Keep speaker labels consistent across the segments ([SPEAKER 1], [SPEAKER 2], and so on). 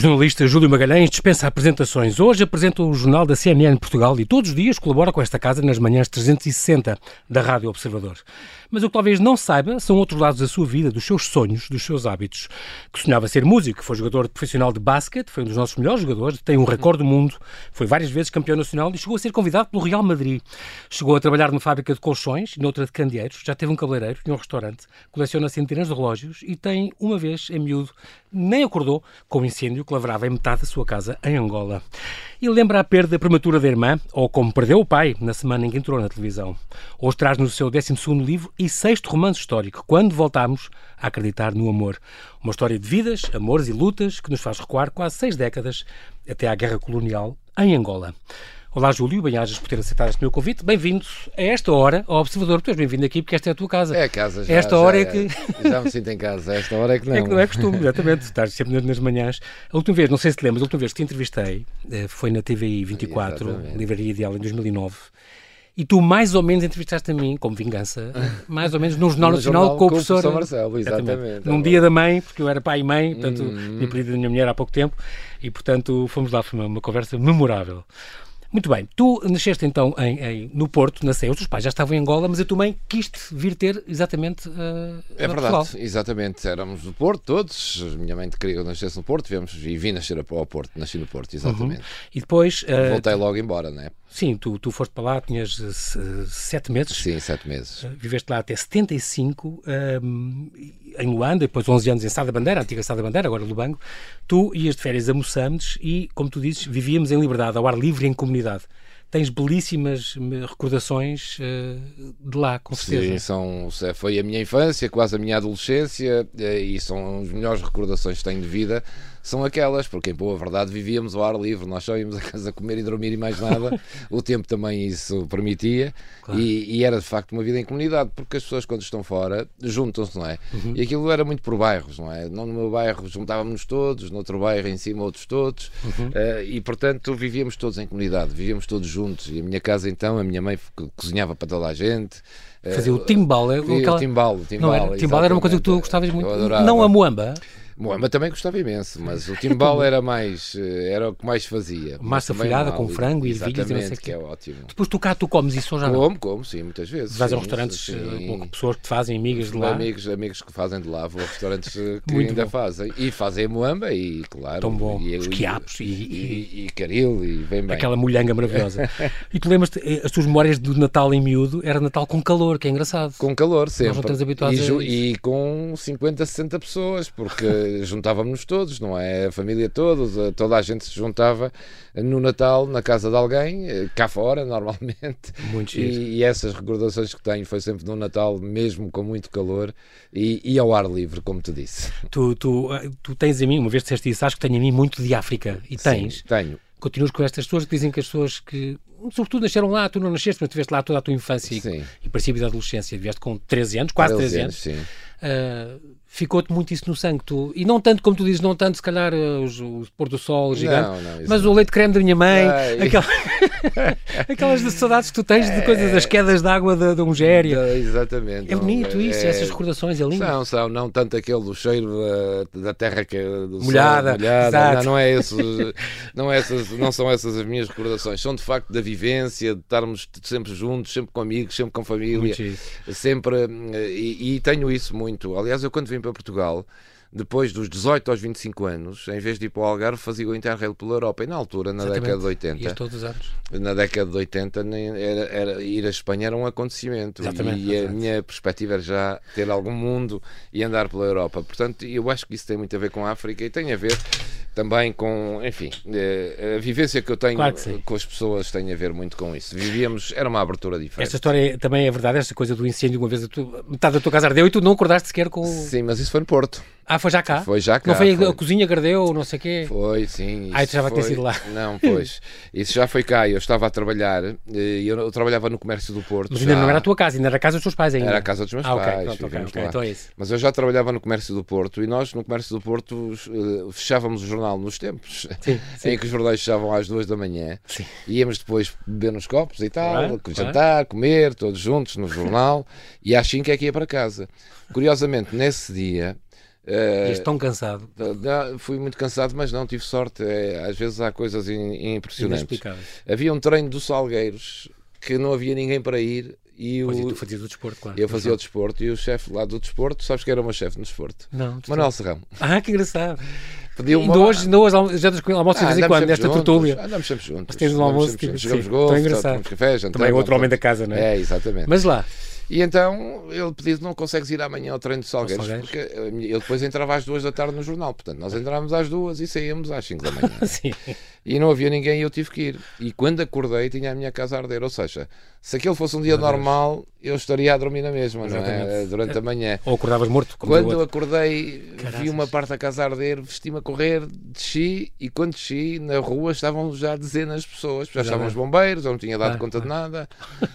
[SPEAKER 1] jornalista Júlio Magalhães dispensa apresentações. Hoje apresenta o jornal da CNN Portugal e todos os dias colabora com esta casa nas manhãs 360 da Rádio Observador. Mas o que talvez não saiba são outros lados da sua vida, dos seus sonhos, dos seus hábitos. Que sonhava ser músico, foi jogador profissional de basquete, foi um dos nossos melhores jogadores, tem um recorde do mundo, foi várias vezes campeão nacional e chegou a ser convidado pelo Real Madrid. Chegou a trabalhar numa fábrica de colchões e noutra de candeeiros, já teve um cabeleireiro e um restaurante, coleciona centenas de relógios e tem, uma vez em miúdo, nem acordou com o incêndio que lavrava em metade da sua casa em Angola. E lembra a perda prematura da irmã, ou como perdeu o pai na semana em que entrou na televisão. Hoje traz no seu 12 livro e sexto romance histórico, Quando Voltamos a Acreditar no Amor. Uma história de vidas, amores e lutas que nos faz recuar quase seis décadas até à guerra colonial em Angola. Olá, Júlio, bem-ajas por ter aceitado este meu convite. Bem-vindo a esta hora ao Observador. Tu és bem-vindo aqui porque esta é a tua casa.
[SPEAKER 2] É a casa, já.
[SPEAKER 1] Esta
[SPEAKER 2] já
[SPEAKER 1] hora é
[SPEAKER 2] é
[SPEAKER 1] que-
[SPEAKER 2] Já me sinto em casa, a esta hora é que não.
[SPEAKER 1] É que não é costume, exatamente. Estás sempre nas manhãs. A última vez, não sei se te lembras, a última vez que te entrevistei eh, foi na TVI 24,
[SPEAKER 2] Exatamente.
[SPEAKER 1] Livraria Ideal, em 2009. E tu mais ou menos entrevistaste a mim, como vingança, mais ou menos num Jornal
[SPEAKER 2] No
[SPEAKER 1] Nacional
[SPEAKER 2] jornal
[SPEAKER 1] com o
[SPEAKER 2] com o
[SPEAKER 1] professor,
[SPEAKER 2] professor Marcelo, exatamente. é Uhum.
[SPEAKER 1] Num dia da mãe, porque eu era pai e mãe, portanto, tinha perdido a minha mulher há pouco tempo, e portanto fomos lá, foi uma, uma conversa memorável. Muito bem, tu nasceste então em, em- no Porto, nasceu, os teus pais já estavam em Angola, mas a tua mãe quis-te vir ter exatamente eh,
[SPEAKER 2] É
[SPEAKER 1] a
[SPEAKER 2] verdade,
[SPEAKER 1] Portugal.
[SPEAKER 2] exatamente. Éramos do Porto todos. Minha mãe queria que eu nascesse no Porto viemos, e vim nascer ao Porto. Nasci no Porto, exatamente.
[SPEAKER 1] E depois eh,
[SPEAKER 2] Voltei logo embora, né?
[SPEAKER 1] Sim, tu, tu foste para lá, tinhas eh, se- sete meses,
[SPEAKER 2] Sim, sete meses.
[SPEAKER 1] viveste lá até 75, ehm, em Luanda, depois 11 anos em Sá da Bandeira, antiga Sá da Bandeira, agora Lubango. Tu ias de férias a Moçambiques e, como tu dizes, vivíamos em liberdade, ao ar livre e em comunidade. Tens belíssimas hum, recordações eh, de lá, com
[SPEAKER 2] Sim,
[SPEAKER 1] certeza.
[SPEAKER 2] são, é, foi a minha infância, quase a minha adolescência, eh, e são as melhores recordações que tenho de vida. São aquelas, porque em boa verdade vivíamos ao ar livre, nós só íamos a casa comer e dormir e mais nada. o tempo também isso permitia. E, e era de facto uma vida em comunidade, porque as pessoas quando estão fora juntam-se, não é? E aquilo era muito por bairros, não é? Não no meu bairro juntávamos todos, no outro bairro em cima outros todos. eh, e portanto vivíamos todos em comunidade, vivíamos todos juntos. E a minha casa então, a minha mãe co- cozinhava para toda a gente. eh,
[SPEAKER 1] Fazia o timbal. é
[SPEAKER 2] Sim,
[SPEAKER 1] aquela-
[SPEAKER 2] o timbal, o
[SPEAKER 1] Não
[SPEAKER 2] timbal,
[SPEAKER 1] era, timbal era uma coisa que tu gostavas
[SPEAKER 2] exatamente.
[SPEAKER 1] muito.
[SPEAKER 2] Eu adorava.
[SPEAKER 1] Não a moamba.
[SPEAKER 2] Moamba também gostava imenso, mas o timbal era mais, eh, era o que mais fazia. Mas
[SPEAKER 1] Massa
[SPEAKER 2] também
[SPEAKER 1] folhada
[SPEAKER 2] não há
[SPEAKER 1] com
[SPEAKER 2] ali-
[SPEAKER 1] frango e vinhos e não
[SPEAKER 2] Exatamente,
[SPEAKER 1] sei o quê.
[SPEAKER 2] que é ótimo.
[SPEAKER 1] Depois tu cá, tu comes isso ou já não?
[SPEAKER 2] Como, como, sim, muitas vezes.
[SPEAKER 1] Vais a
[SPEAKER 2] sim,
[SPEAKER 1] restaurantes
[SPEAKER 2] sim.
[SPEAKER 1] eh, com pessoas que te fazem amigas de lá.
[SPEAKER 2] Amigos, amigos que fazem de lá, vou a restaurantes eh, que
[SPEAKER 1] Muito
[SPEAKER 2] ainda
[SPEAKER 1] bom.
[SPEAKER 2] fazem. E fazem a moamba e, claro.
[SPEAKER 1] Tão bom.
[SPEAKER 2] E,
[SPEAKER 1] Os
[SPEAKER 2] e-
[SPEAKER 1] quiabos e-
[SPEAKER 2] e, e caril e vem bem.
[SPEAKER 1] Aquela molhanga maravilhosa. e tu lembras-te, eh, as tuas memórias do Natal em miúdo era Natal com calor, que é engraçado.
[SPEAKER 2] Com calor, sempre.
[SPEAKER 1] estamos habituados
[SPEAKER 2] e,
[SPEAKER 1] a
[SPEAKER 2] ju-
[SPEAKER 1] isso.
[SPEAKER 2] e com 50, 60 pessoas, porque juntávamos todos, não é? A família todos, a- toda a gente se juntava eh, no Natal, na casa de alguém, eh, cá fora, normalmente.
[SPEAKER 1] Muito giro.
[SPEAKER 2] E, e essas recordações que tenho foi sempre no Natal, mesmo com muito calor e, e ao ar livre, como te disse.
[SPEAKER 1] Tu, tu, eh, tu tens a mim, uma vez disseste isso, acho que tenho a mim muito de África. E tens.
[SPEAKER 2] Sim, tenho.
[SPEAKER 1] Continuas com estas pessoas que dizem que as pessoas que, sobretudo, nasceram lá, tu não nasceste, mas estiveste lá toda a tua infância e-
[SPEAKER 2] Sim.
[SPEAKER 1] e princípio da adolescência. Vieste com 13 anos, quase 13 anos.
[SPEAKER 2] Sim.
[SPEAKER 1] Ah, Ficou-te muito isso no sangue. Tu, e não tanto, como tu dizes, não tanto, se calhar, ah, os, o pôr do sol gigante,
[SPEAKER 2] Não, não, isso
[SPEAKER 1] mas o leite creme da minha mãe,
[SPEAKER 2] Ai.
[SPEAKER 1] aquela- aquelas saudades que tu tens de coisas,
[SPEAKER 2] É.
[SPEAKER 1] das quedas de água da, da Ungéria.
[SPEAKER 2] Ah, Exatamente.
[SPEAKER 1] É bonito isso,
[SPEAKER 2] É-
[SPEAKER 1] essas recordações, é lindo.
[SPEAKER 2] São, são, não tanto aquele do cheiro da, da terra que, do sol
[SPEAKER 1] Molhada, exato.
[SPEAKER 2] não, não é esses, não, é essas, não são essas as minhas recordações, são de facto da vivência, de estarmos t- sempre juntos, sempre com amigos, sempre com família,
[SPEAKER 1] Muito isso.
[SPEAKER 2] sempre, hum, e, e tenho isso muito. Aliás, eu quando vim para Portugal, depois dos 18 aos 25 anos, em vez de ir para o Algarve, fazia o Interrail pela Europa, e na altura, na década de 80
[SPEAKER 1] Ias todos os anos.
[SPEAKER 2] na década de 80 nem- era, era- ir à Espanha era um acontecimento
[SPEAKER 1] Exatamente,
[SPEAKER 2] e a
[SPEAKER 1] exatamente.
[SPEAKER 2] minha perspectiva era já ter algum mundo e andar pela Europa portanto eu acho que isso tem muito a ver com a África e tem a ver também com enfim eh, a vivência que eu tenho
[SPEAKER 1] Claro que sim.
[SPEAKER 2] com as pessoas tem a ver muito com isso vivíamos era uma abertura diferente
[SPEAKER 1] Esta história é- também é verdade, esta coisa do incêndio, uma vez a tu- metade da tua casa ardeu e tu não acordaste sequer com. o-
[SPEAKER 2] sim mas isso foi no Porto
[SPEAKER 1] Ah, foi já cá?
[SPEAKER 2] Foi já cá,
[SPEAKER 1] Não foi, a
[SPEAKER 2] foi.
[SPEAKER 1] cozinha que ardeu, não sei o quê?
[SPEAKER 2] Foi, sim.
[SPEAKER 1] Ah,
[SPEAKER 2] isso
[SPEAKER 1] tu já vai ter
[SPEAKER 2] foi-
[SPEAKER 1] sido lá.
[SPEAKER 2] Não, pois. Isso já foi cá. Eu estava a trabalhar, eh, eu, eu trabalhava no comércio do Porto.
[SPEAKER 1] Mas ainda
[SPEAKER 2] já.
[SPEAKER 1] não era a tua casa, ainda era a casa dos teus pais ainda.
[SPEAKER 2] Era a casa dos meus
[SPEAKER 1] ah, ok,
[SPEAKER 2] pais.
[SPEAKER 1] pronto, ok,
[SPEAKER 2] vivíamos
[SPEAKER 1] ok,
[SPEAKER 2] lá.
[SPEAKER 1] então é isso.
[SPEAKER 2] Mas eu já trabalhava no comércio do Porto e nós, no comércio do Porto, eh, fechávamos o jornal nos tempos
[SPEAKER 1] Sim, sim.
[SPEAKER 2] em que os jornais fechavam às duas da manhã.
[SPEAKER 1] Sim.
[SPEAKER 2] Íamos depois beber nos copos e tal,
[SPEAKER 1] Claro, claro.
[SPEAKER 2] jantar, comer, todos juntos no jornal e às 5 é que ia para casa. Curiosamente, nesse dia. Eh,
[SPEAKER 1] És tão cansado.
[SPEAKER 2] não, fui muito cansado, mas não tive sorte. É, às vezes há coisas in- impressionantes.
[SPEAKER 1] Inexplicável.
[SPEAKER 2] Havia um treino dos Salgueiros que não havia ninguém para ir e
[SPEAKER 1] Pois e
[SPEAKER 2] o,
[SPEAKER 1] tu fazias o desporto, claro.
[SPEAKER 2] eu fazia o desporto e o chefe lá do desporto, sabes que era o meu chefe no desporto?
[SPEAKER 1] Não, tu-
[SPEAKER 2] Manuel Serrão. um
[SPEAKER 1] Ah, que engraçado.
[SPEAKER 2] Pediu
[SPEAKER 1] Ainda hoje, ainda hoje almo- jantas com ele,
[SPEAKER 2] Ah,
[SPEAKER 1] almoças de vez em quando, nesta tertúlia.
[SPEAKER 2] Andamos sempre juntos.
[SPEAKER 1] tens um
[SPEAKER 2] andamos
[SPEAKER 1] almoço,
[SPEAKER 2] sempre
[SPEAKER 1] tipo,
[SPEAKER 2] juntos.
[SPEAKER 1] sim,
[SPEAKER 2] Jogamos
[SPEAKER 1] tão
[SPEAKER 2] golfe,
[SPEAKER 1] engraçado.
[SPEAKER 2] tomamos café, jantamos,
[SPEAKER 1] Também outro homem da
[SPEAKER 2] almoçamos.
[SPEAKER 1] casa, não é?
[SPEAKER 2] É, exatamente.
[SPEAKER 1] Mas lá,
[SPEAKER 2] E então ele pediu: não consegues ir amanhã ao treino de Salgueiros,
[SPEAKER 1] Salgueiros.
[SPEAKER 2] porque eh, ele depois entrava às duas da tarde no jornal. Portanto, nós entrámos às duas e saímos às cinco da manhã.
[SPEAKER 1] assim,
[SPEAKER 2] E não havia ninguém e eu tive que ir. E quando acordei, tinha a minha casa a arder. Ou seja, se aquele fosse um dia normal, eu estaria a dormir na mesma, não é?
[SPEAKER 1] Exatamente.
[SPEAKER 2] Durante a manhã.
[SPEAKER 1] ou acordavas morto, como
[SPEAKER 2] Quando
[SPEAKER 1] diz o
[SPEAKER 2] eu
[SPEAKER 1] outro.
[SPEAKER 2] acordei, vi
[SPEAKER 1] Caraças.
[SPEAKER 2] uma parte da casa a arder, vesti-me a correr, desci e quando desci, na rua estavam já dezenas de pessoas. Já estavam os
[SPEAKER 1] é?
[SPEAKER 2] bombeiros, eu não tinha dado
[SPEAKER 1] Claro,
[SPEAKER 2] conta de nada,